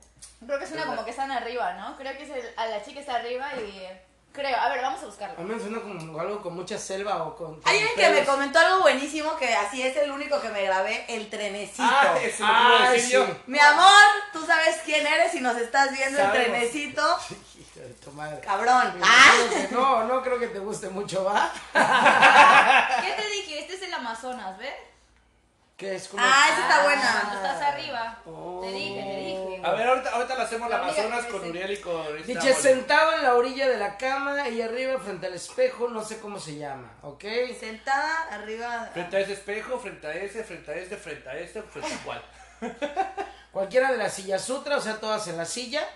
Creo que es una como que están arriba, ¿no? Creo que es el- a la chica está arriba y. Creo. A ver, vamos a A buscarlo. mí me suena como algo con mucha selva o con. Hay alguien que me con comentó algo buenísimo que así es el único que me grabé, el trenecito. Ah, eso lo quiero Ay, decir sí. yo. Mi amor, tú sabes quién eres y nos estás viendo el Sabemos. trenecito. Hijo de tu madre. Cabrón. Me Ah, imagino que No, no creo que te guste mucho, ¿va? Ah. ¿Qué te dije? Este es el Amazonas, ¿ves? Que es como. Ah, esa está Oh. Cuando buena. estás arriba. Te dije, te dije. A ver, ahorita, ahorita la hacemos la La amiga Amazonas que con me Uriel y con. esta Dice Oli. sentado en la orilla de la cama y arriba frente al espejo, no sé cómo se llama, ¿ok? Sentada arriba. Frente a ese espejo, frente a ese, frente a este, frente a este, frente a cuál. Cualquiera de las sillas sutra, o sea, todas en la silla.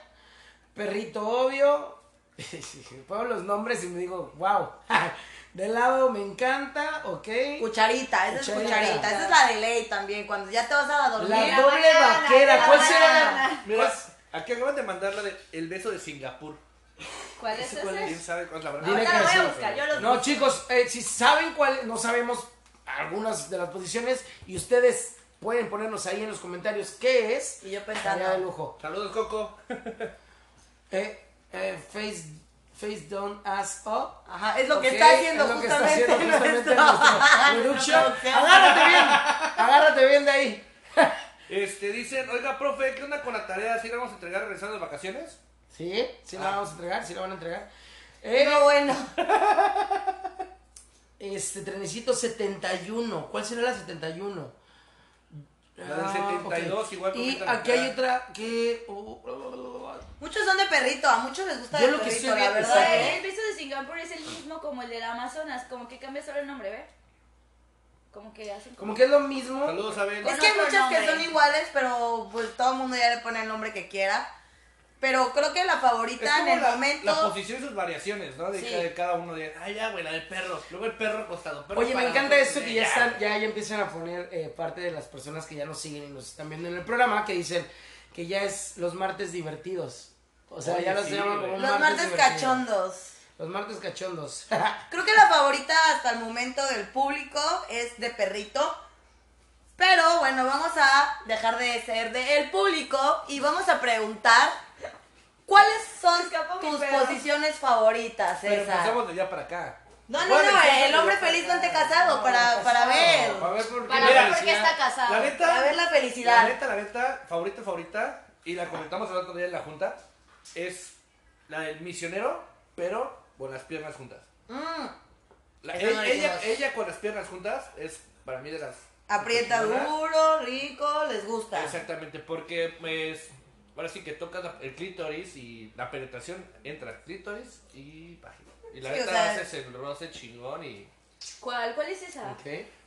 Perrito obvio. Pongo los nombres y me digo, wow. De lado me encanta, ¿ok? Cucharita, esa es Cucharita. cucharita. Esa es la de ley también. Cuando ya te vas a dormir. La doble banana, vaquera, la ¿cuál será? banana. Mira, aquí acaban de mandar la de El beso de Singapur. ¿Cuál es ese? ¿Quién sabe cuál es la verdad? Dime Ahorita que lo voy sí, a buscar, yo lo No, chicos, eh, si saben cuál, no sabemos algunas de las posiciones y ustedes pueden ponernos ahí en los comentarios qué es. Y yo Tarea de pensando. lujo. Saludos, Coco. Eh, eh, face, face down ass up. Ajá, es lo que Ok, está haciendo es lo que está justamente haciendo justamente nuestro- nuestro production. nuestro- Agárrate bien, agárrate bien de ahí. Este, dicen, oiga, profe, ¿qué onda con la tarea? ¿Sí la vamos a entregar regresando de vacaciones? Sí, sí Ah. la vamos a entregar, sí la van a entregar. Eh, Pero Era bueno, este trenecito 71. ¿Cuál será la 71? La del 72 igual Ah, Y comentan aquí acá. hay otra que. oh, bla, bla, bla, bla. Muchos son de perrito, a muchos les gusta Yo de lo que perrito, estoy la viendo- verdad. Exacto. ¿eh? el piso de Singapur es el mismo como el del Amazonas, como que cambia solo el nombre, ¿ve? Como que hacen Como que es lo mismo. Saludos a Ben. Es que hay otro muchas que nombre. son iguales, pero pues todo el mundo ya le pone el nombre que quiera. Pero creo que la Es favorita como en el la, momento. la posición y sus variaciones, ¿no? De, Sí. ca- de cada uno. De, ah, ya, güey, la del perro. Luego el perro acostado. perro Oye, me parado, encanta perro- esto que ya están, ya, ya empiezan a poner eh, parte de las personas que ya nos siguen y nos están viendo en el programa que dicen que ya es los martes divertidos. O sea, Oye, ya los sí, llaman güey. como un los martes divertido. cachondos. Los martes cachondos. Creo que la favorita hasta el momento del público es de perrito. Pero bueno, vamos a dejar de ser de el público y vamos a preguntar cuáles son Escapó mi tus perro. posiciones favoritas, Pero César. empezamos de ya para acá. No, no, Bueno, no, entonces, el hombre feliz no te casado para, para ver. A ver, por Para mira, ver por qué felicidad. está casado. La neta. Para ver la La felicidad. neta, la neta, favorita, favorita, y la comentamos el otro día en la junta, es la del misionero, pero con las piernas juntas. Mm, La- Esa no la e- ella, hicimos. ella con las piernas juntas es para mí de las... aprieta chingonas. duro, rico, les gusta. Exactamente, porque pues, ahora sí que tocas la- el clítoris y la penetración entra clítoris y vagina. Y la Sí, neta o sea- haces el roce chingón y... ¿Cuál? ¿Cuál es esa? Ok.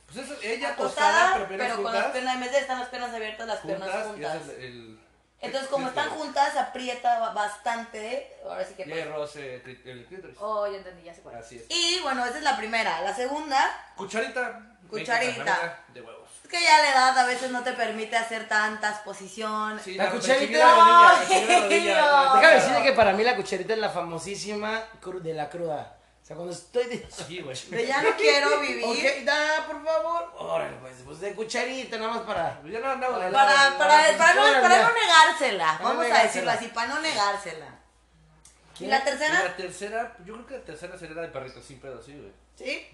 Pues eso, ella acostada, Acostada, Ah. pero pero piernas con las juntas, piernas, en vez de estar las piernas abiertas, las piernas juntas, y juntas. haces el... Entonces, como están clítoris. juntas, aprieta ba- bastante. Ahora sí que pues, Y el roce el el clítoris. Oh, ya entendí, ya sé cuál. Así es. Y bueno, esa es la primera. La segunda Cucharita. Cucharita. Venga, De huevos. es que ya la edad a veces no te permite hacer tantas posiciones. Sí, La cucharita. recibí la rodilla, recibí la ¡Ay, rodilla. Dios! Déjame decirte que para mí la cucharita es la famosísima cru- de la cruda. O sea, cuando estoy de... Sí, güey. De ya no quiero vivir. Ok, da, por favor. Órale, pues, pues de cucharita, nada más para... Yo Pues no andaba de Para, lado, para, de lado. para no, para no Órale. negársela. no Vamos a negársela. decirlo así, para no negársela. ¿Y ¿Quién? la Y tercera? La tercera, yo creo que la tercera sería la de perrito sin pedo, sí, güey. Sí.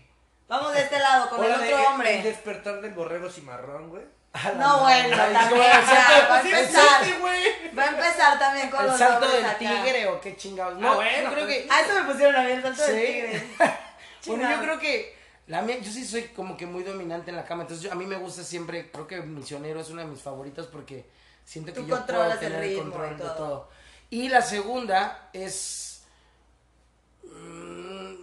Vamos de este lado con O el la de eh, otro El hombre. despertar del borrego cimarrón, güey. No, bueno, Ay, también. güey, el salto- ya, Va a el empezar. salto, güey. Va a empezar también con El los salto hombres del acá. tigre o qué chingados. No, Ah, bueno, yo creo que... Ah, eso me pusieron a mí el salto Sí. del tigre. Bueno, yo Chingado. creo que la mía, yo sí soy como que muy dominante en la cama, entonces yo- a mí me gusta siempre, creo que Misionero es una de mis favoritas porque siento que Tú yo puedo controlas el tener el ritmo y control de todo. todo. Y la segunda es, mm,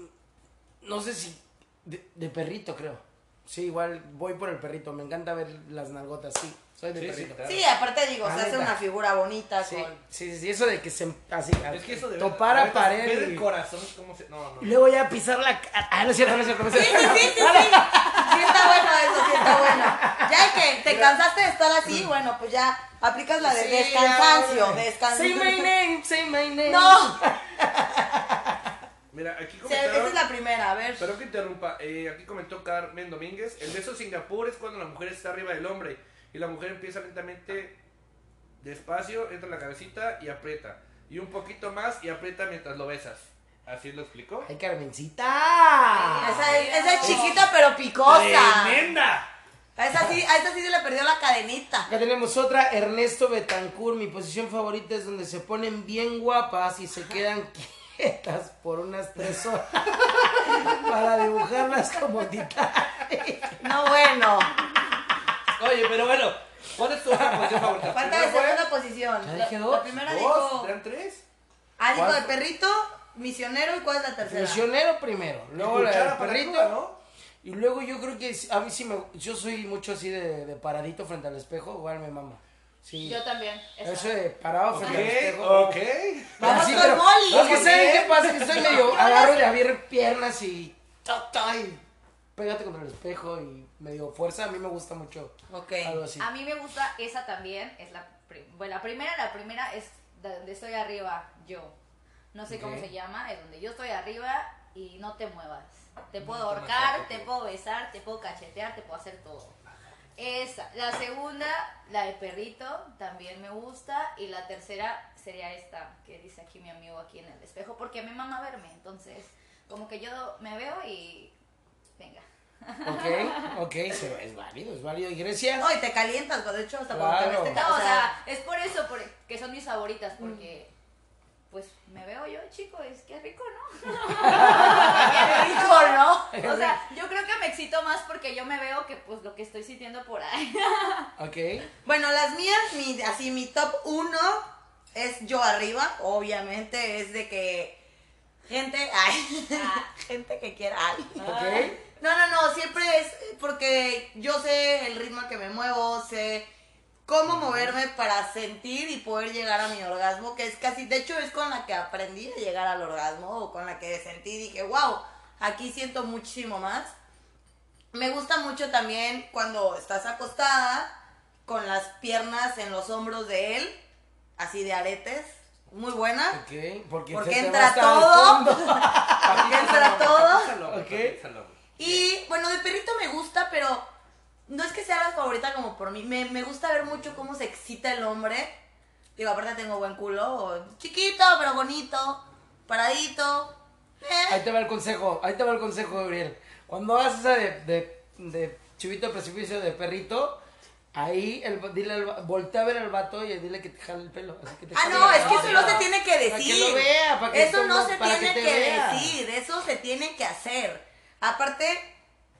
no sé si, de, de perrito creo. Sí, igual voy por el perrito, me encanta ver las nalgotas, sí, soy de Sí, sí, perrito. claro. Sí, aparte digo, se hace Neta. una figura bonita Sí, con... sí, sí, sí, eso de que se, así, Es que eso de Ah, topar ver- a pared. Ver y- el corazón, ¿cómo se.? No, no. y luego ya pisar la cara. Ah, no es cierto, no es cierto, no es cierto. Sí está bueno eso, sí está bueno. Ya que te cansaste de estar así, bueno, pues ya aplicas la de Sí, descansancio, ya, güey. descansancio. Say my name, say my name. No, Mira, aquí Sí, esa comentaron. es la primera, a ver. Pero que interrumpa, eh, aquí comentó Carmen Domínguez, el beso Singapur es cuando la mujer está arriba del hombre y la mujer empieza lentamente, despacio, entra la cabecita y aprieta. Y un poquito más y aprieta mientras lo besas. ¿Así lo explicó? Ay, Carmencita. Esa es, esa es chiquita pero picosa. ¡Tremenda! A esa sí, a esa sí se le perdió la cadenita. Acá tenemos otra, Ernesto Betancourt. Mi posición favorita es donde se ponen bien guapas y se quedan quietas por unas tres horas para dibujarlas como titanes. No, bueno. Oye, pero bueno, ¿cuál es tu otra posición favorita? Falta Primero de fue- segunda posición. Ya La, dije la dos, primera ¿Dos? dijo. ¿Eran tres? Ah, dijo de ¿Cuál? perrito, misionero y cuál es la tercera. Misionero primero, luego la Cuchara del para perrito, Cuba, ¿no? Y luego yo creo que a mí sí me. Yo soy mucho así de, de paradito frente al espejo, igual me mama. Sí. Yo también. esa. Eso de parado Ok, frente al espejo. ok. Vamos con pero- Molly. No, es que ¿Por qué? saben qué pasa, que estoy medio agarro de abrir piernas y ta, ta, y pégate contra el espejo y medio fuerza, a mí me gusta mucho Ok. algo así. A Ah. mí me gusta esa también. Es la, pri- bueno, la primera, la primera es de donde estoy arriba, yo. No sé cómo Ok. se llama, es donde yo estoy arriba y no te muevas. Te puedo te ahorcar, machaco, te tú. puedo besar, te puedo cachetear, te puedo hacer todo. Esa. La segunda, la de perrito, también me gusta. Y la tercera sería esta, que dice aquí mi amigo aquí en el espejo, porque me mama verme. Entonces, como que yo me veo y... Venga. Ok, ok, se- es válido, es válido. Y Grecia, No, y te pues, calientas, de hecho, hasta cuando te Claro. ves te ca- No, o sea, es por eso por- que son mis favoritas, porque pues me veo yo, chico, es que rico, ¿no? Qué rico, ¿no? O sea, yo creo que me excito más porque yo me veo que pues lo que estoy sintiendo por ahí. Ok. Bueno, las mías, mi, así mi top uno es yo arriba, obviamente, es de que gente, ay, gente que quiera, ay. Ok. No, no, no, siempre es porque yo sé el ritmo al que me muevo, sé cómo moverme para sentir y poder llegar a mi orgasmo, que es casi, de hecho es con la que aprendí a llegar al orgasmo o con la que sentí, dije, wow, aquí siento muchísimo más. Me gusta mucho también cuando estás acostada con las piernas en los hombros de él, así de aretes, muy buena. Ok. Porque, Porque se te entra va hasta el todo. fondo. Porque entra todo. Ok. Y bueno, de perrito me gusta, pero no es que sea la favorita como por mí. Me, me gusta ver mucho cómo se excita el hombre. Digo, aparte tengo buen culo. o- Chiquito, pero bonito. Paradito. eh. Ahí te va el consejo, ahí te va el consejo, Gabriel. Cuando hagas esa de, de, de chivito de precipicio de perrito, ahí el, dile al, va- voltea a ver al vato y dile que te jale el pelo. Así que te Ah, jale no, el es que eso pelo. no se tiene que Para decir. que lo vea, para que eso tú no lo- se para tiene que, te vea. decir, eso se tiene que hacer. Aparte,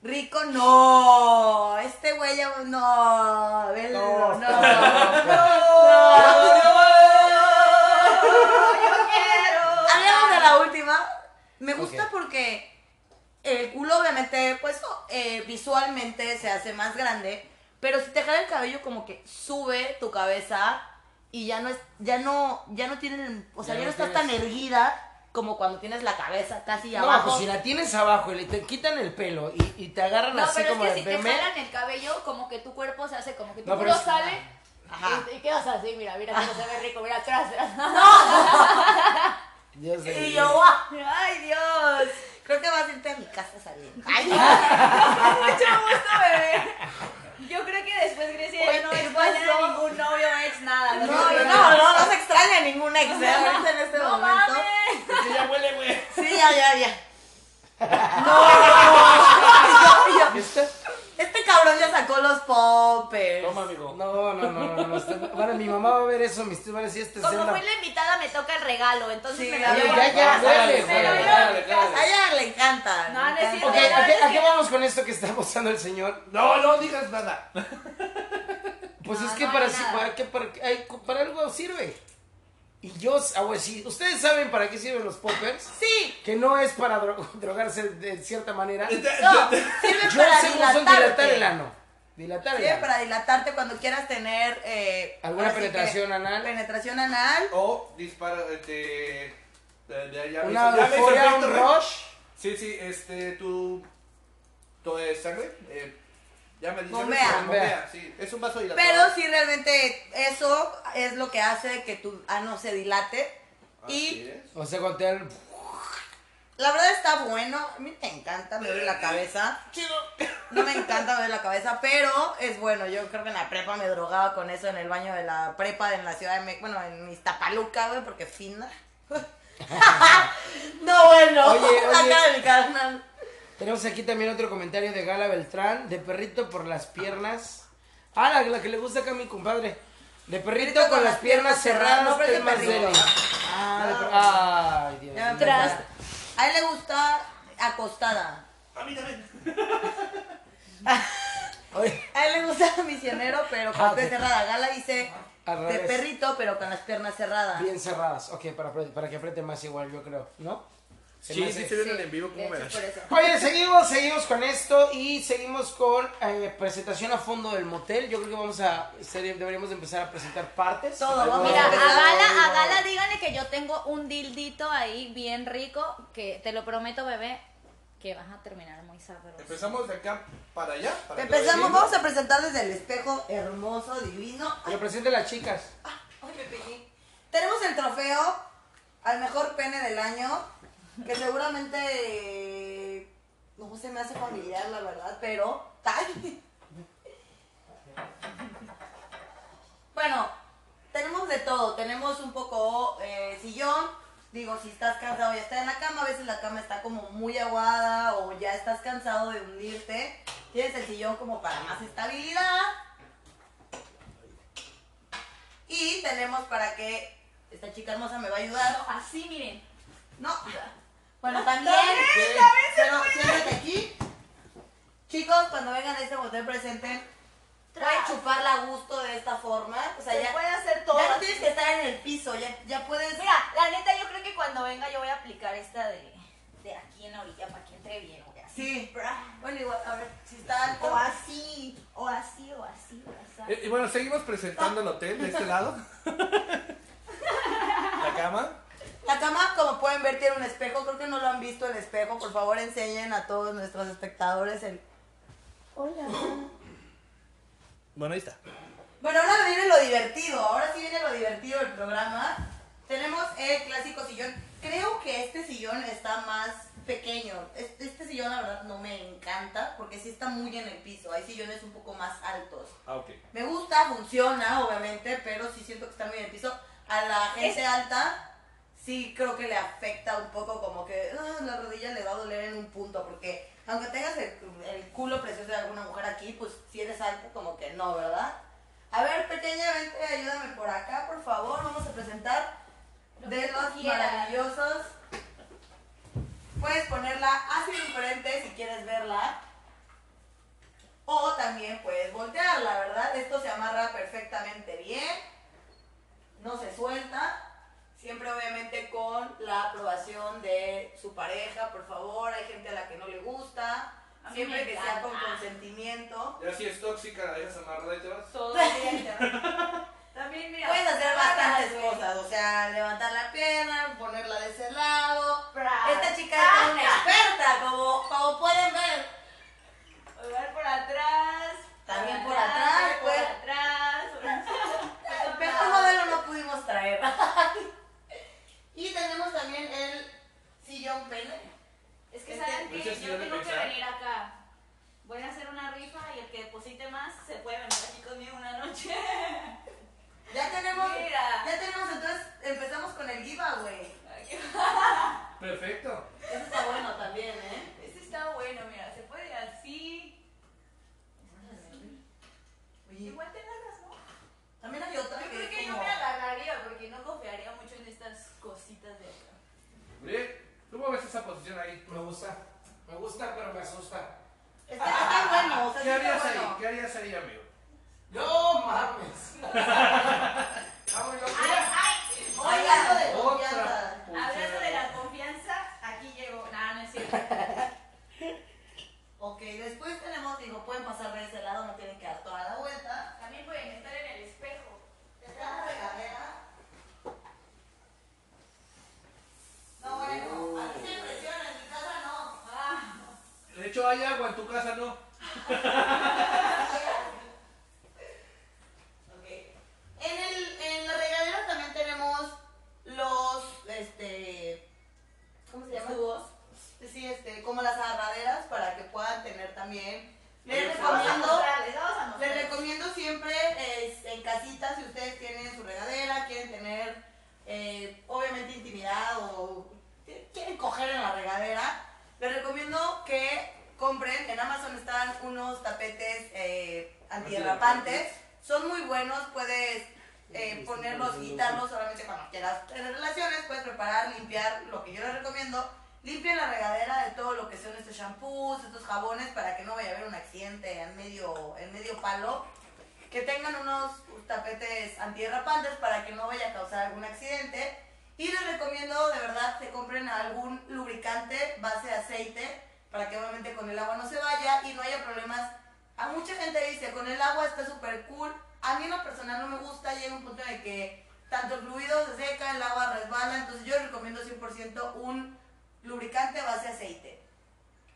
rico, no. Este güey ya, no. Velo, No, no. está- Hablemos de la última. Me gusta Ok. porque el culo, obviamente, pues no, eh, visualmente se hace más grande. Pero si te jala el cabello, como que sube tu cabeza y ya no es, ya no, ya no tienen, o sea, ya, Ya no no estás tan tienes- erguida como cuando tienes la cabeza casi No, abajo. pues si la tienes abajo y le- te quitan el pelo y, y te agarran No, así pero es como que de si te meme, jalan el cabello, como que tu cuerpo se hace, como que tu No, pero culo es- sale. Ajá. Y, y quedas así, mira, mira, cómo se ve rico, mira atrás. Dios de Y mi yo, vida. ¡guau! ¡ay Dios! Creo que vas a irte a mi casa saliendo. ¡Ay! Mucho gusto, bebé. Yo creo que después Grecia Oye, ya no ¿qué extraña pasó? a ningún novio, ex, nada. No, no, no, no se extraña ningún ex ¿eh? ahorita en este No momento. mames. Sí, ya huele, güey. Sí, ya, ya, ya. ¿Y usted? Este cabrón ya sacó los poppers. Toma, amigo. No, no, no, no, no, no, usted- bueno, mi mamá va a ver eso, mis tíos van a decir, este es Como una- fui la invitada, me toca el regalo, entonces Sí, me ya, la llevo ya, a mi ya, casa. dale, Me lo dale, llevo a mi dale, casa. A ella le encanta. No, le no es encanta. Ok, cierto. ¿a qué, a qué vamos con esto que está posando el señor? No, no digas nada. Pues No, es que no para, hay si- nada. para, que- para, que- ay, para algo sirve. Y yo, ah, güey, sí, ustedes saben para qué sirven los poppers, Sí, que no es para dro- drogarse de cierta manera. Yo no, sirve para se usan dilatarte. dilatar el ano. Dilatar el Sirve ano. para dilatarte cuando quieras tener... eh, ¿Alguna ahora sí que penetración anal? Penetración anal. O dispara, este. de- de- ya me Una hizo- ya me hizo euforia, un efecto, güey. rush. Sí, sí, este, tu. Tu eh, sangre. eh, ya me dice. Bombea. Bombea. sí. Es un vaso dilatado. Pero sí, realmente eso es lo que hace que tu ano se dilate. Ah, Así y es. O sea, cuando te dan- la verdad está bueno. A mí te encanta, me duele la cabeza. No me encanta ver la cabeza, pero es bueno. Yo creo que en la prepa me drogaba con eso en el baño de la prepa en la Ciudad de México. Bueno, en Iztapaluca, güey, porque fina. no, bueno. Oye, oye. Acá de mi carnal. Tenemos aquí también otro comentario de Gala Beltrán, de perrito por las piernas. Ah, la, la que le gusta acá a mi compadre. De perrito con, las piernas, cerradas, No, pero es de ten más perrito. deli. Ah, de per- Ay, Dios Ya me mío. Tras. A él le gusta acostada. A mí también. Oye, A él le gusta misionero, pero con Ah, la pierna ok. Ah, cerrada. Gala dice Al de revés. perrito, pero con las piernas cerradas. Bien cerradas, ok, para, apre- para que apriete más igual, yo creo, ¿no? Se me Sí, hace. sí se vieron en vivo De cómo me hecho, por das. eso. Oye, seguimos, seguimos con esto y seguimos con eh, presentación a fondo del motel. Yo creo que vamos a, sería- deberíamos de empezar a presentar partes. Todo, vamos Mira, a Ay, no. Gala, a Gala díganle que yo tengo un dildito ahí bien rico, que te lo prometo, bebé, que vas a terminar muy sabroso. Empezamos de acá para allá. para que Empezamos, lo vamos a presentar desde el espejo hermoso, divino. Ah, Yo presente a las chicas. Ay, me pegué. Tenemos el trofeo al mejor pene del año, que seguramente eh, no se me hace familiar, la verdad, pero ay. Bueno, tenemos de todo. Tenemos un poco eh, sillón. Digo, si estás cansado ya está en la cama. A veces la cama está como muy aguada o ya estás cansado de hundirte. Tienes el sillón como para más estabilidad. Y tenemos para que Esta chica hermosa me va a ayudar. Así, miren. No. Bueno, también. Pero siéntate aquí. Chicos, cuando vengan a este hotel presenten, pueden chuparla a gusto de esta forma. O sea, Se ya, puede hacer todo. ya no tienes que estar en el piso, ya, ya puedes. Mira, la neta, yo creo que cuando venga yo voy a aplicar esta de, de aquí en la orilla para que entre bien, güey. Así. Sí. Bra. Bueno, igual, a ver, si está alto. O así, o así, o así, o así. Eh, Y, y bueno, seguimos presentando el hotel de este lado. La cama. La cama, como pueden ver, tiene un espejo. Creo que no lo han visto el espejo. Por favor, enseñen a todos nuestros espectadores el. Bueno, ahí está. Bueno, ahora viene lo divertido. Ahora sí viene lo divertido del programa. Tenemos el clásico sillón. Creo que este sillón está más pequeño. Este, este sillón, la verdad, no me encanta porque sí está muy en el piso. Hay sillones un poco más altos. Ah, ok. Me gusta, funciona, obviamente, pero sí siento que está muy en el piso. A la gente alta, sí creo que le afecta un poco, como que ah, la rodilla le va a doler en un punto, porque aunque tengas el, el culo precioso de alguna mujer aquí, pues si eres alto, como que no, ¿verdad? A ver, pequeña, vente, ayúdame por acá, por favor. Vamos a presentar Lo de que tú los quieras. maravillosos. Puedes ponerla hacia el frente si quieres verla. O también puedes voltearla, ¿verdad? Esto se amarra perfectamente bien. No se suelta. Siempre obviamente con la aprobación de su pareja, por favor. Hay gente a la que no le gusta. A mí Siempre me que sea con encanta. consentimiento. Ya si es tóxica, la dejas amarrada y te vas. Todo bien. También, mira. Puedes hacer bastantes güey. cosas, o sea, levantar la pierna, ponerla de ese lado. Bra. Ah. Esta chica es una experta, como, como pueden ver. Jugar por atrás. También por atrás, Por pues. atrás. por El mejor modelo no pudimos traer. y tenemos también el sillón pene. Es que saben Pues que es que yo yo me tengo que pensaba. venir acá. Voy a hacer una rifa y el que deposite más se puede venir aquí conmigo una noche. Ya tenemos, Mira. ya tenemos, entonces empezamos con el giveaway. Perfecto. Eso está bueno también, ¿eh? Este está bueno, mira, se puede así. Oye, Igual te agarras, ¿no? también hay otra Yo que creo es que yo como- me agarraría porque no confiaría mucho en estas cositas de acá. Uriel, ¿Eh? ¿tú cómo ves esa posición ahí? Pues, Me gusta, me gusta, pero me asusta. Está, está bueno, o sea, sí ¿Qué está harías bueno. ahí? ¿Qué harías ahí, amigo? No mames. Vamos, yo. Mira, ¡Ay! Hablando de confianza. Otra Hablando de la pulsera. confianza, aquí llego. Nada, no es cierto. Ok, después tenemos, digo, pueden pasar de ese lado, no tienen que dar toda la vuelta. También pueden estar en el espejo. Está la regadera. No, bueno, aquí se presiona, en mi casa no. Ah, De hecho, hay agua en tu casa, ¿no? Ok. En, el, en la regadera también tenemos los, este, ¿cómo se llama? Tubos. Sí, este, como las agarraderas para que puedan tener también. Les pues, vamos a recomiendo... mostrarles, vamos a Les mostrarles. recomiendo siempre eh, en casita, si ustedes tienen su regadera, quieren tener eh, obviamente intimidad o qui- quieren coger en la regadera, les recomiendo que compren, en Amazon están unos tapetes eh, antiderrapantes, son muy buenos, puedes eh, ponerlos, quitarlos solamente cuando quieras tener relaciones, puedes preparar, limpiar, lo que yo les recomiendo, limpien la regadera de todo lo que son estos shampoos, estos jabones, para que no vaya a haber un accidente en medio, en medio palo. Que tengan unos tapetes antiderrapantes para que no vaya a causar algún accidente. Y les recomiendo de verdad que compren algún lubricante base de aceite para que obviamente con el agua no se vaya y no haya problemas. A mucha gente dice, con el agua está súper cool. A mí en lo personal no me gusta, llega un punto en el que tanto el fluido se seca, el agua resbala, entonces yo recomiendo 100% un lubricante base aceite.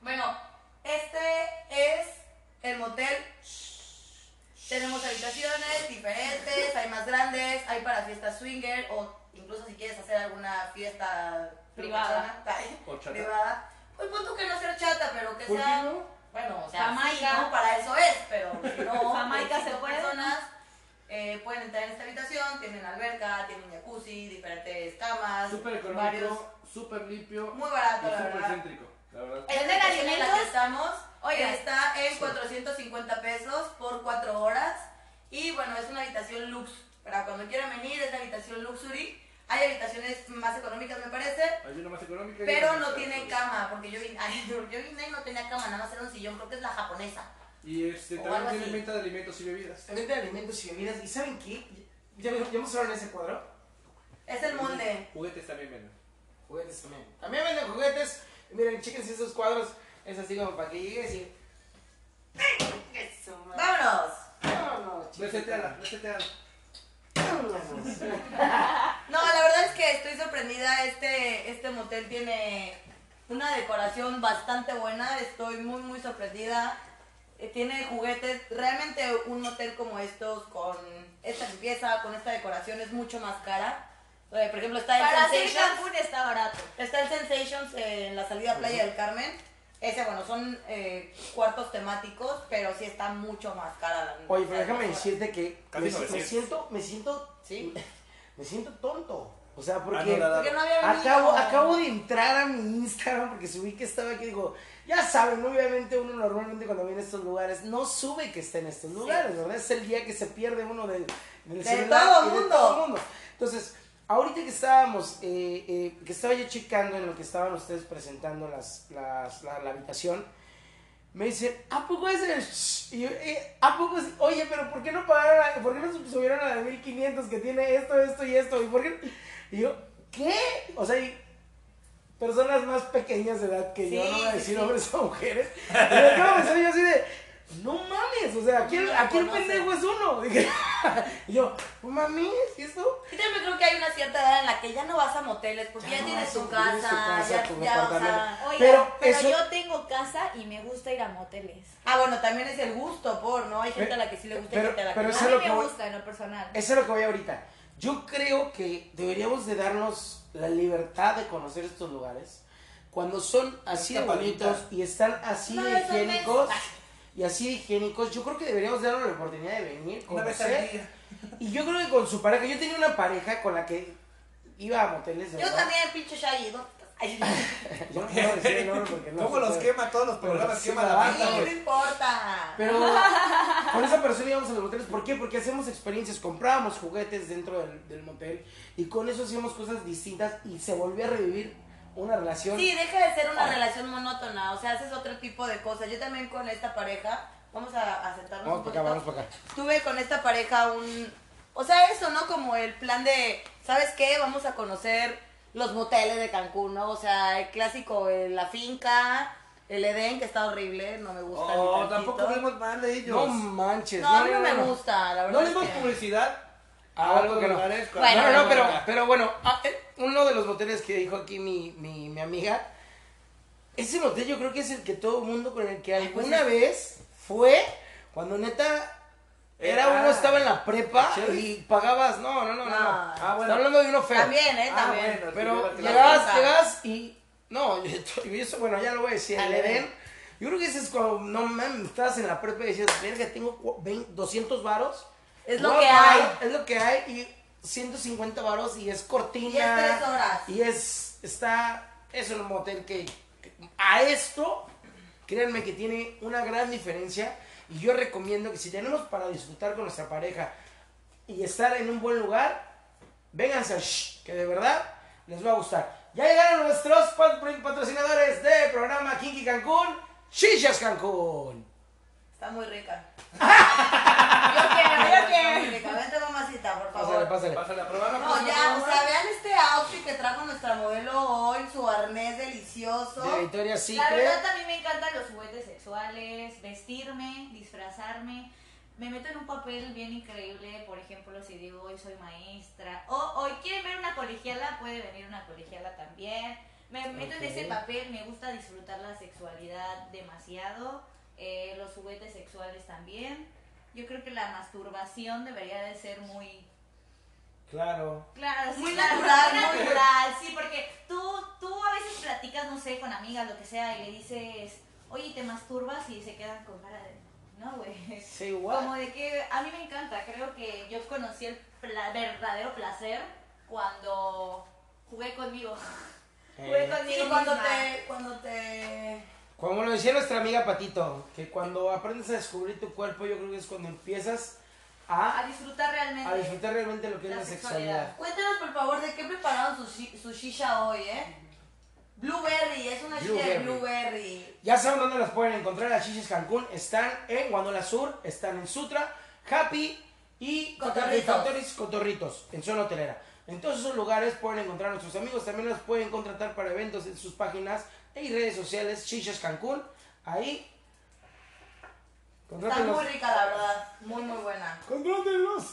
Bueno, este es el motel. Tenemos habitaciones diferentes, hay más grandes, hay para fiestas swinger o incluso si quieres hacer alguna fiesta Privada. persona, Horchata. privada. Pues punto que no sea chata, pero que ¿Por qué sea. no? Bueno, o sea, Jamaica. sí, ¿no? para eso es, pero si no, Jamaica pues, se cinco puede. personas eh, pueden entrar en esta habitación, tienen alberca, tienen jacuzzi, diferentes camas, Súper varios. económico, súper limpio Muy y barato, la súper verdad. céntrico, la verdad. ¿Es de Esta habitación en la que alimentos? estamos Oigan. está en 450 pesos por 4 horas. Y bueno, es una habitación lux. Para cuando quieran venir, es la habitación luxury. Hay habitaciones más económicas, me parece, Hay una más económica. y pero una no más tiene cara. cama, porque yo vine, ay, yo vine y no tenía cama, nada más era un sillón, creo que es la japonesa. Y este, O también algo tiene así. venta de alimentos y bebidas. Venta de alimentos y bebidas. ¿Y saben qué? ¿Ya, ya mostraron ese cuadro? Es el molde. Juguetes también venden. Juguetes también. También venden juguetes. Miren, chéquense esos cuadros. Es así como para que llegues y... Eso, madre. ¡Vámonos! Vámonos, chiquita. Reseteala, reseteala. Vámonos. No, la verdad es que estoy sorprendida. Este, este motel tiene una decoración bastante buena. Estoy muy, muy sorprendida. Eh, tiene juguetes. Realmente un motel como estos, con esta limpieza, con esta decoración, es mucho más cara. Eh, por ejemplo, está el Para hacer Sensations. Cancún está barato. Está el Sensations eh, en la salida a Playa del Carmen. Ese, bueno, son eh, cuartos temáticos, pero sí está mucho más cara. la- Oye, pero la- déjame la- decirte que Casi me, me 900. siento, me siento, Sí. me siento tonto. O sea, porque Anonadado. Porque no había venido. acabo, acabo de entrar a mi Instagram porque subí que estaba aquí. Digo, ya saben, obviamente uno normalmente cuando viene a estos lugares no sube que está en estos lugares, ¿verdad? Es el día que se pierde uno del, del De celular todo y de mundo. todo mundo. Entonces, ahorita que estábamos, eh, eh, que estaba yo checando en lo que estaban ustedes presentando las, las- la- la habitación. Me dicen, ¿a poco es el shh? Y yo, "Eh, ¿a poco es? Oye, pero ¿por qué no pagaron? a- ¿Por qué no sub- subieron a la de 1500 que tiene esto, esto y esto? ¿Y por qué? no?" Y yo, ¿qué? O sea, y personas más pequeñas de edad que yo, Sí, no voy a sí, decir sí. hombres o mujeres. Pero acabo de pensar yo así de, no mames, o sea, aquí, el- No aquí el conoce. pendejo es uno. Dije, y yo, no mames, ¿y esto? Yo también creo que hay una cierta edad en la que ya no vas a moteles porque ya, Ya no tienes vas tu a- casa, tienes tu casa, ya, ya, o tu sea... departamento. Oiga, Pero pero, eso- yo tengo casa y me gusta ir a moteles. Ah, bueno, también es el gusto por, ¿no? Hay gente a la que sí le gusta y Eh, Pero- gente a la que pero no. Eso A es mí lo que me voy- gusta en lo personal. Eso es lo que voy ahorita. Yo creo que deberíamos de darnos la libertad de conocer estos lugares cuando son así de Escapadita. bonitos y están así No, de eso no es- higiénicos y así de higiénicos. Yo creo que deberíamos darnos la oportunidad de venir, Una vez al conocer. día. Y yo creo que con su pareja, yo tenía una pareja con la que iba a moteles. de Yo verdad. también, pinche Shaggy, ¿no? Ay, Yo no puedo decir el nombre porque no ¿Cómo se los puede. quema? Todos los programas Sí, quema la la banda, banda, sí, no güey. importa. Pero con esa persona íbamos a los moteles. ¿Por qué? Porque hacemos experiencias, comprábamos juguetes dentro del, del motel y con eso hacíamos cosas distintas y se volvió a revivir una relación. Sí, deja de ser Ah. una relación monótona, o sea, haces otro tipo de cosas. Yo también con esta pareja, vamos a, a sentarnos Vamos un para acá, poquito. vamos para acá. tuve con esta pareja un... O sea, eso, ¿no? Como el plan de, ¿sabes qué? Vamos a conocer los moteles de Cancún, ¿no? O sea, el clásico, eh, la finca, el Edén, que está horrible, no me gusta. ni Oh, tantito. tampoco hablemos mal de No ellos. manches. No, a mí no me gusta, la No verdad. les damos es que- publicidad Ah, a otros algo que no. lugares. cuando- Bueno, no, no, no, bueno, pero, bueno. pero bueno, ah, eh, uno de los moteles que dijo aquí mi, mi, mi amiga, ese motel yo creo que es el que todo mundo con el que Ay, pues alguna es- vez fue cuando neta era Ah. uno estaba en la prepa Cherry. y pagabas, no, no, no, no, no. No. Ah, bueno. Está hablando de uno feo. También, ¿eh? Ah, También. bueno. Pero Llévatela. llegabas, Ajá. llegabas y. No, yo, yo eso, bueno, ya lo voy a decir. Al El Edén. Edén. Yo creo que ese es cuando, no mames, estabas en la prepa y decías, verga, tengo cu- vein- 200 varos. Es lo Voy a que pagar, Es lo que hay y 150 varos y es cortina. Y es tres horas. Y es, está, es un motel que, que- a esto, créanme que tiene una gran diferencia. Y yo recomiendo que si tenemos para disfrutar con nuestra pareja y estar en un buen lugar, vénganse al Shh, que de verdad les va a gustar. Ya llegaron nuestros pat- patrocinadores del programa Kinky Cancún, Shishas Cancún. Está muy rica. Yo quiero, yo Está muy quiero. rica. Vente, mamacita, por favor. Pásale, pásale. Pásale a probar. No, ya, o sea, vean este outfit que trajo nuestra modelo hoy, su arnés delicioso. De Victoria La verdad Secret. también me encantan los juguetes sexuales, vestirme, disfrazarme. Me meto en un papel bien increíble, por ejemplo, si digo hoy soy maestra o hoy quieren ver una colegiala, puede venir una colegiala también. Me meto en ese Ok. papel, me gusta disfrutar la sexualidad demasiado, eh, los juguetes sexuales también. Yo creo que la masturbación debería de ser muy Claro. Claro, sí, Muy claro, natural, muy ¿no? natural, sí, porque tú, tú a veces platicas, no sé, con amigas, lo que sea, y le dices, oye, te masturbas y se quedan con cara de, no, güey. Say what? Como de que a mí me encanta, creo que yo conocí el pla- verdadero placer cuando jugué conmigo. Jugué Eh, conmigo. Sí, cuando misma. te, cuando te Como lo decía nuestra amiga Patito, que cuando aprendes a descubrir tu cuerpo, yo creo que es cuando empiezas a, A disfrutar realmente. a disfrutar realmente lo que es La la sexualidad. sexualidad. Cuéntanos por favor de qué prepararon su, shi- su shisha hoy, ¿eh? Blueberry, es una shisha de blueberry. Ya saben dónde las pueden encontrar. Las chichis Cancún están en Guanola Sur, están en Sutra, Happy y Cotorritos. Cotorris- Cotorritos, en zona hotelera. En todos esos lugares pueden encontrar a nuestros amigos. También los pueden contratar para eventos en sus páginas y redes sociales. Chichas Cancún, ahí. Está Contrátenlos. muy rica, la verdad. Muy, muy buena. Contrátenlos.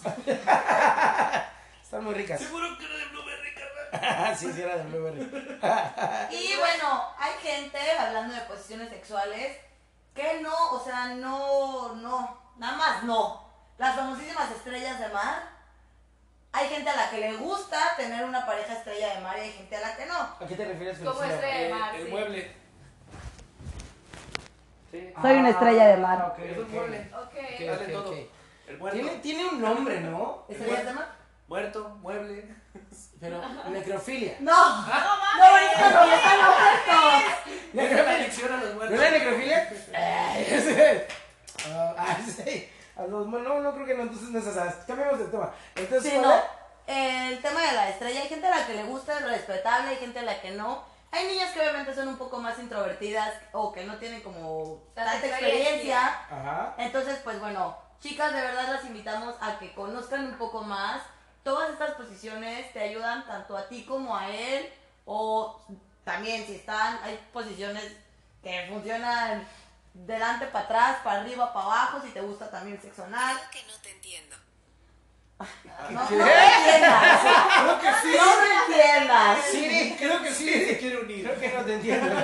Están muy ricas. Seguro que era de Blueberry, carnal. sí, sí, era de Blueberry. Y bueno, hay gente, hablando de posiciones sexuales, que no, o sea, no, no, nada más no. Las famosísimas estrellas de mar. Hay gente a la que le gusta tener una pareja estrella de mar y hay gente a la que no. ¿A qué te refieres con Como estrella eh, de mar, Eh, el sí. mueble. Ah, Sí. Soy una estrella de mar. ok, Es un ok. mueble. Ok. Ok, Dale ok, todo. ok. El muerto. Tiene, tiene un nombre, ¿no? ¿Estrellas de mar? Muerto, mueble. Pero necrofilia. No, Ah, no, ahorita no, están opuestos. Es la ¿Necrofilia? adicción a los ¿No muertos. era necrofilia? Ay, ese. Ah, ah, sí. A los mu- no, no creo que no, entonces no es esa. Cambiamos de tema. Entonces, Sí, ¿cuál no. Eh, era? El tema de la estrella, hay gente a la que le gusta, es respetable, hay gente a la que no. Hay niñas que obviamente son un poco más introvertidas o que no tienen como Tanta tanta experiencia. experiencia. Ajá. Entonces, pues bueno, chicas, de verdad las invitamos a que conozcan un poco más. Todas estas posiciones te ayudan tanto a ti como a él. O también si están, hay posiciones que funcionan delante para atrás, para arriba, para abajo, si te gusta también sexo anal. que no te entiendo. No, no me entiendas, Creo que sí. no me entiendas. Siri, creo que sí. Se quiere unir. Creo que no te entiendo.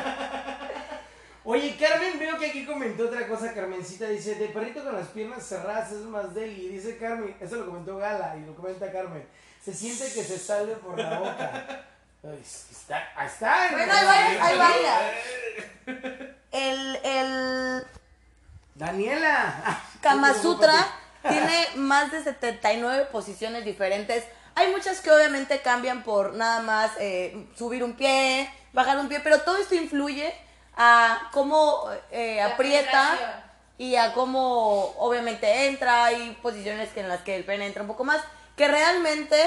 Oye, Carmen, veo que aquí comentó otra cosa. Carmencita dice: De perrito con las piernas cerradas es más deli. Y dice Carmen, eso lo comentó Gala y lo comenta Carmen. Se siente que se sale por la boca. Ay, está, ahí está. Bueno, ahí varias, hay varias. Eh, El, el Daniela. Kama Sutra tiene más de 79 posiciones diferentes. Hay muchas que obviamente cambian por nada más eh, subir un pie, bajar un pie, pero todo esto influye a cómo eh, La aprieta penetración. y a cómo obviamente entra. Hay posiciones que en las que el pene entra un poco más. Que realmente,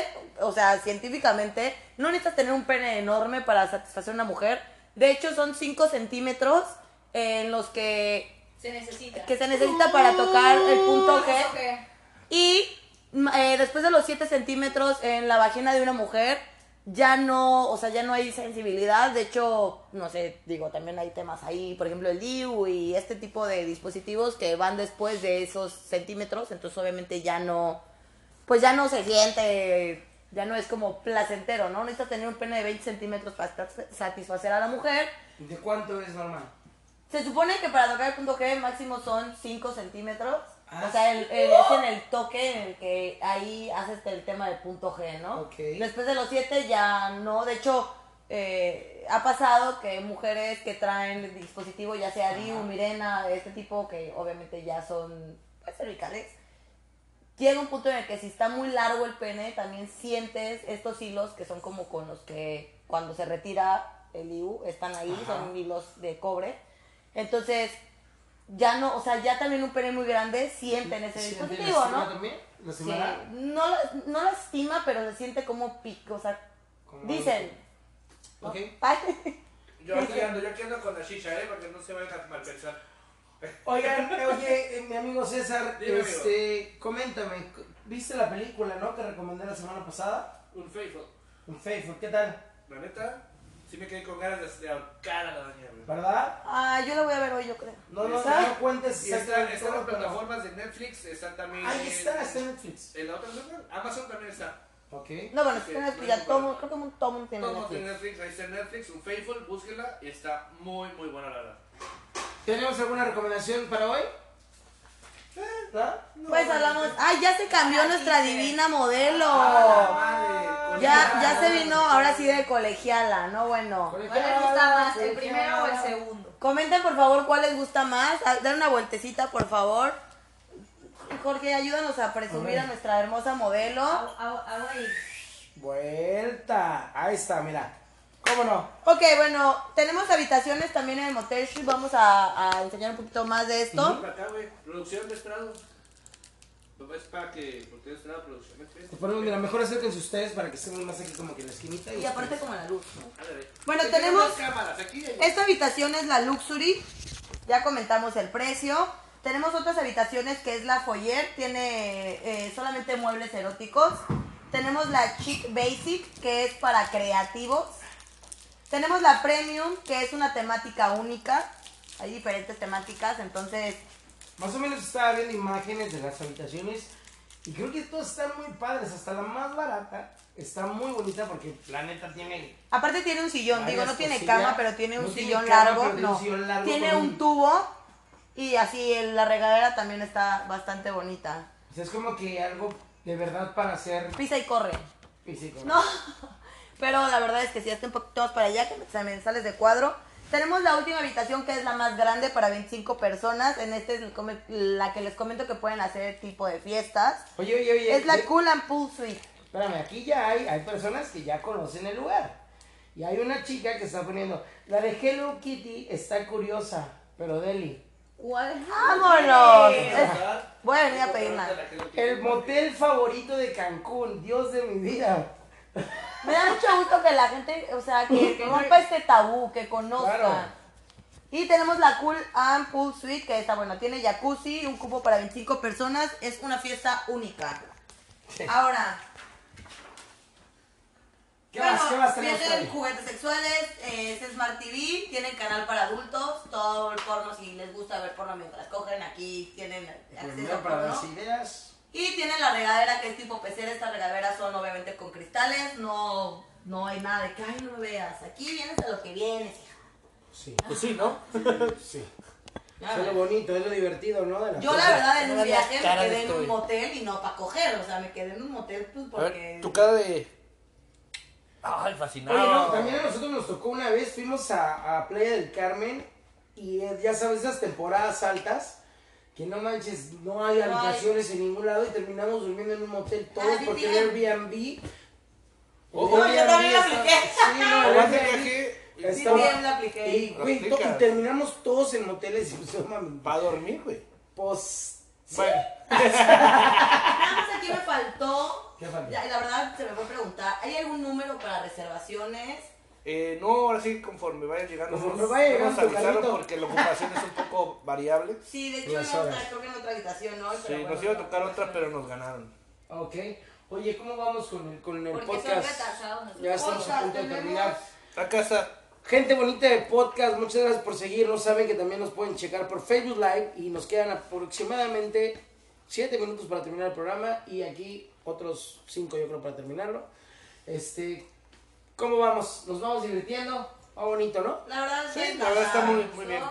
o sea, científicamente, no necesitas tener un pene enorme para satisfacer a una mujer. De hecho, son 5 centímetros en los que Se necesita. que se necesita para tocar el punto Ok. G. Y mm, eh, después de los 7 centímetros en la vagina de una mujer, ya no, o sea, ya no hay sensibilidad. De hecho, no sé, digo, también hay temas ahí, por ejemplo, el DIU y este tipo de dispositivos que van después de esos centímetros. Entonces, obviamente, ya no, pues ya no se siente, ya no es como placentero, ¿no? Necesita tener un pene de 20 centímetros para estar- satisfacer a la mujer. ¿De cuánto es normal? Se supone que para tocar el punto G máximo son 5 centímetros. Ah, o sea, el- el- es en el toque en el que ahí haces el tema del punto G, ¿no? Ok. Después de los 7 ya no. De hecho, eh, ha pasado que mujeres que traen el dispositivo, ya sea DIU, Mirena, de este tipo, que obviamente ya son pues, cervicales, llega un punto en el que si está muy largo el pene, también sientes estos hilos que son como con los que cuando se retira el IU están ahí, son hilos de cobre. Entonces, ya no, o sea, ya también un pene muy grande sienten ese ¿Siente dispositivo, lastima ¿no? también? Sí, ¿Lastimará? no, la- no lastima, pero se siente como pico, o sea, Como- dicen. Ok. Ay, Yo aquí ando, yo aquí ando con la shisha, eh, para que no se vayan a mal pensar. Oigan, eh, oye, eh, mi amigo César, Dime, amigo. este, coméntame, co- ¿viste la película, no? Que recomendé la semana pasada Un faithful. en Facebook, ¿qué tal? La neta, sí me quedé con ganas de, de ahorcar a la doña, güey. ¿Verdad? Ah, yo la voy a ver hoy, yo creo. No, no, ¿Está? no cuentes Y está, exactamente está en las todo, pero- plataformas de Netflix, está también. Ahí está, está en en. Netflix. ¿En la otra plataforma? Amazon también está. Ok. No, bueno, es Sí, que Netflix, no, ya no, todo no. mundo- creo que todo mundo tiene Todo Netflix. tiene Netflix, ahí está en Netflix, un faithful, búsquenla y está muy, muy buena la verdad. ¿Tenemos alguna recomendación para hoy? Eh, ¿No? Pues hablamos. ¡Ay, ya se cambió nuestra divina modelo! Ah, madre, Ya, ya se vino ahora sí de colegiala, ¿no? Bueno. Colegiala, ¿Cuál les gusta más, el colegiala. primero o el segundo? Comenten por favor cuál les gusta más. Ah, Dan una vueltecita, por favor. Jorge, ayúdanos a presumir a nuestra hermosa modelo. Agua- agua- agua y- Vuelta. Ahí está, mira. ¿Cómo no? Ok, bueno, tenemos habitaciones también en el Motel Suite. Vamos a, a enseñar un poquito más de esto. Acá, güey, producción de estrado. Es para que, porque es una producción expresa. Te ponemos, Pues, mira, mejor acérquense ustedes para que estemos más aquí como que en la esquinita. Y aparte como la luz, ¿no? Ándale. Bueno, Aquí tenemos- hay más cámaras, aquí hay- Esta habitación es la Luxury. Ya comentamos el precio. Tenemos otras habitaciones que es la Foyer. Tiene eh, solamente muebles eróticos. Tenemos la Chic Basic que es para creativos. Tenemos la Premium que es una temática única. Hay diferentes temáticas, entonces este, Más o menos estaba viendo imágenes de las habitaciones y creo que todas están muy padres. Hasta la más barata está muy bonita porque la neta tiene Aparte tiene un sillón, Varias digo, no tiene cosillas. cama, pero tiene un No tiene sillón cama, largo, pero tiene un no. sillón largo tiene con un un- tubo y así en la regadera también está bastante bonita. O sea, es como que algo de verdad para hacer Pisa y corre. físico. No. Pero la verdad es que si hacen un poquito más para allá, que también sales de cuadro. Tenemos la última habitación que es la más grande para 25 personas. En esta es el come- la que les comento que pueden hacer tipo de fiestas. Oye, oye, oye. Es la oye, Cool and Pool Suite. Espérame, aquí ya hay, hay personas que ya conocen el lugar. Y hay una chica que está poniendo, la de Hello Kitty está curiosa, pero Deli. ¿Cuál? ¡Vámonos! Es- Ah, Voy a venir a pedir más. la que no tiene- El motel favorito de Cancún, Dios de mi vida. Me da mucho gusto que la gente, o sea, que, que rompa este tabú, que conozca. Claro. Y tenemos la Cool and Pool Suite, que está bueno, tiene jacuzzi, un cupo para 25 personas, es una fiesta única. Ahora, ¿Qué más? ¿Qué más tenemos por tienen ahí? juguetes sexuales, eh, es Smart TV, tienen canal para adultos, todo el porno, si les gusta ver porno mientras cogen, aquí tienen acceso a Primero para porno. las ideas. Y tienen la regadera que es tipo pecera, estas regaderas son obviamente con cristales, no, no hay nada de que, ay, no me veas, aquí vienes a lo que vienes, hija. Sí, Pues sí, ¿no? sí. Ya, Es lo bonito, es lo divertido, ¿no? De la Yo cosa. la verdad en No un me veas viaje me cara de quedé en un estoy. motel y no para coger, o sea, me quedé en un motel pues A ver, porque... tu cara de. Ay, fascinado. Oye, no, eh. también a nosotros nos tocó una vez, fuimos a, a Playa del Carmen y eh, ya sabes, esas temporadas altas, que no manches, no hay No hay. habitaciones en ningún lado y terminamos durmiendo en un motel todo Ah, sí, porque el bien. Airbnb... Oh, no, el yo Airbnb también lo estaba- apliqué. Sí, no, el Además de Airbnb que Sí, estaba- bien la apliqué. Y, güey, to- Aplicas. y terminamos todos en moteles y pues, no mames, para dormir, güey. pues... sí. Bueno, Nada más aquí me faltó, ¿Qué faltó? La, la verdad se me fue a preguntar, ¿hay algún número para reservaciones? eh, no, ahora sí, conforme vaya llegando, Conforme nos- vaya llegando nos tu avisaron carrito. porque la ocupación es un poco variable. Sí, de hecho Las íbamos a horas. estar creo que en otra habitación, ¿no? Sí, nos iba a tocar otra, pero nos ganaron. Ok. Oye, ¿cómo vamos con el, con el Porque son podcast? retrasados nuestros Ya estamos a podcasts, punto de tenemos- terminar. Acá está. Gente bonita de podcast, muchas gracias por seguirnos. Saben que también nos pueden checar por Facebook Live y nos quedan aproximadamente 7 minutos para terminar el programa y aquí otros 5 yo creo para terminarlo. Este, ¿cómo vamos? ¿Nos vamos divirtiendo? Va bonito, ¿no? La verdad es Sí, bien la verdad está muy- pasada, muy ¿no? bien.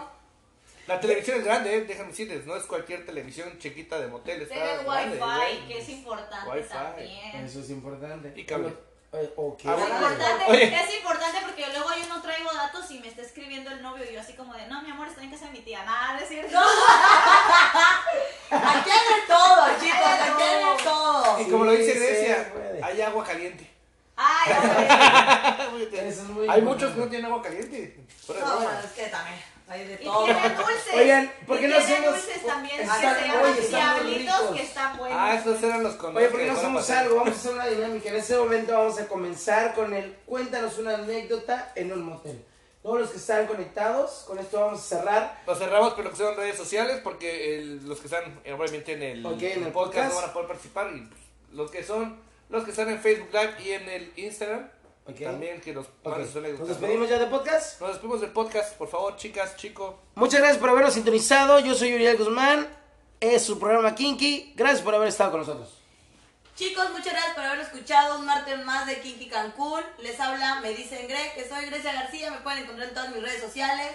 La televisión es grande, eh, déjame decirles, no es cualquier televisión chiquita de motel, está Tiene grande, wifi, güey. que es importante Wi-Fi. Eh. también. Eso es importante. Y cable. Eh, ok. Ah, Es bueno. importante, Oye. es importante porque luego yo no traigo datos y me está escribiendo el novio y yo así como de, no, mi amor, está en casa de mi tía, nada, es cierto. Aquí hay de todo, chicos, Hay de aquí hay de todo. Y como lo dice Sí, Grecia, se puede. hay agua caliente. Ah, Ay, hombre. Eso es muy hay importante. muchos que no tienen agua caliente. Fuera de No, bueno, broma. es que también hay de Y todo. tienen dulces. Oigan, ¿por qué Y no tienen hacemos- dulces también Están que se muy- llaman están muy diablitos ricos. que están buenos. Ah, esos eran los condones. Oye, ¿por que qué no dejaron hacemos pasar. algo? Vamos a hacer una dinámica. En este momento vamos a comenzar con el cuéntanos una anécdota en un motel. Todos los que están conectados, con esto vamos a cerrar. Lo cerramos, pero que sean redes sociales, porque el- los que están eh, obviamente en el, Ok, en el podcast. no van a poder participar. Y pues, los que son, los que están en Facebook Live y en el Instagram, Ok. también que nos Ok, manden sus Nos anécdotas, despedimos ya de podcast. ¿no? Nos despedimos del podcast, por favor, chicas, chico. Muchas gracias por habernos sintonizado. Yo soy Uriel Guzmán. Es su programa Kinky. Gracias por haber estado con nosotros. Chicos, muchas gracias por haber escuchado un martes más de Kinky Cancún. Les habla, me dicen Greg, que soy Grecia García, me pueden encontrar en todas mis redes sociales.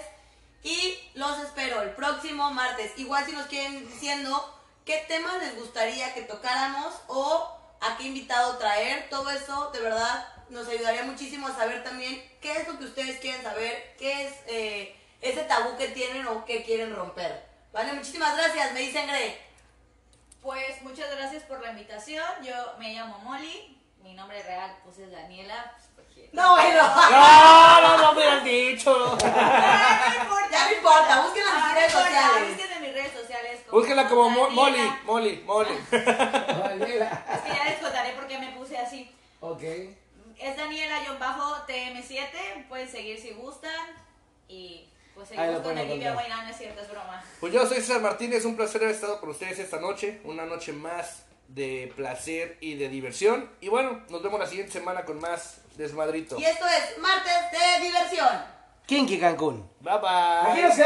Y los espero el próximo martes. Igual si nos quieren ir diciendo qué temas les gustaría que tocáramos o a qué invitado traer, todo eso de verdad nos ayudaría muchísimo a saber también qué es lo que ustedes quieren saber, qué es eh, ese tabú que tienen o que quieren romper. Vale, muchísimas gracias, me dicen Greg. Pues muchas gracias por la invitación. Yo me llamo Molly. Mi nombre real pues es Daniela. pues, porque- No, bueno. ¡No, no, no me hubieras dicho! Pero no importa. Ya no importa, busquen las Ah, redes no importa, sociales. Busquen en mis redes sociales. como Búsquela como Mo- Molly, Daniela. Molly, Molly. Daniela. Es que ya les contaré por qué me puse así. Ok. Es Daniela John Bajo TM7. Pueden seguir si gustan. Y pues Ahí seguimos con lo pueden el limpia encontrar. Guayna, no es cierto, es broma. Pues yo soy César Martínez, un placer haber estado con ustedes esta noche, una noche más de placer y de diversión. Y bueno, nos vemos la siguiente semana con más desmadrito. Y esto es martes de diversión. Kinky Cancún. Bye bye. Imagínense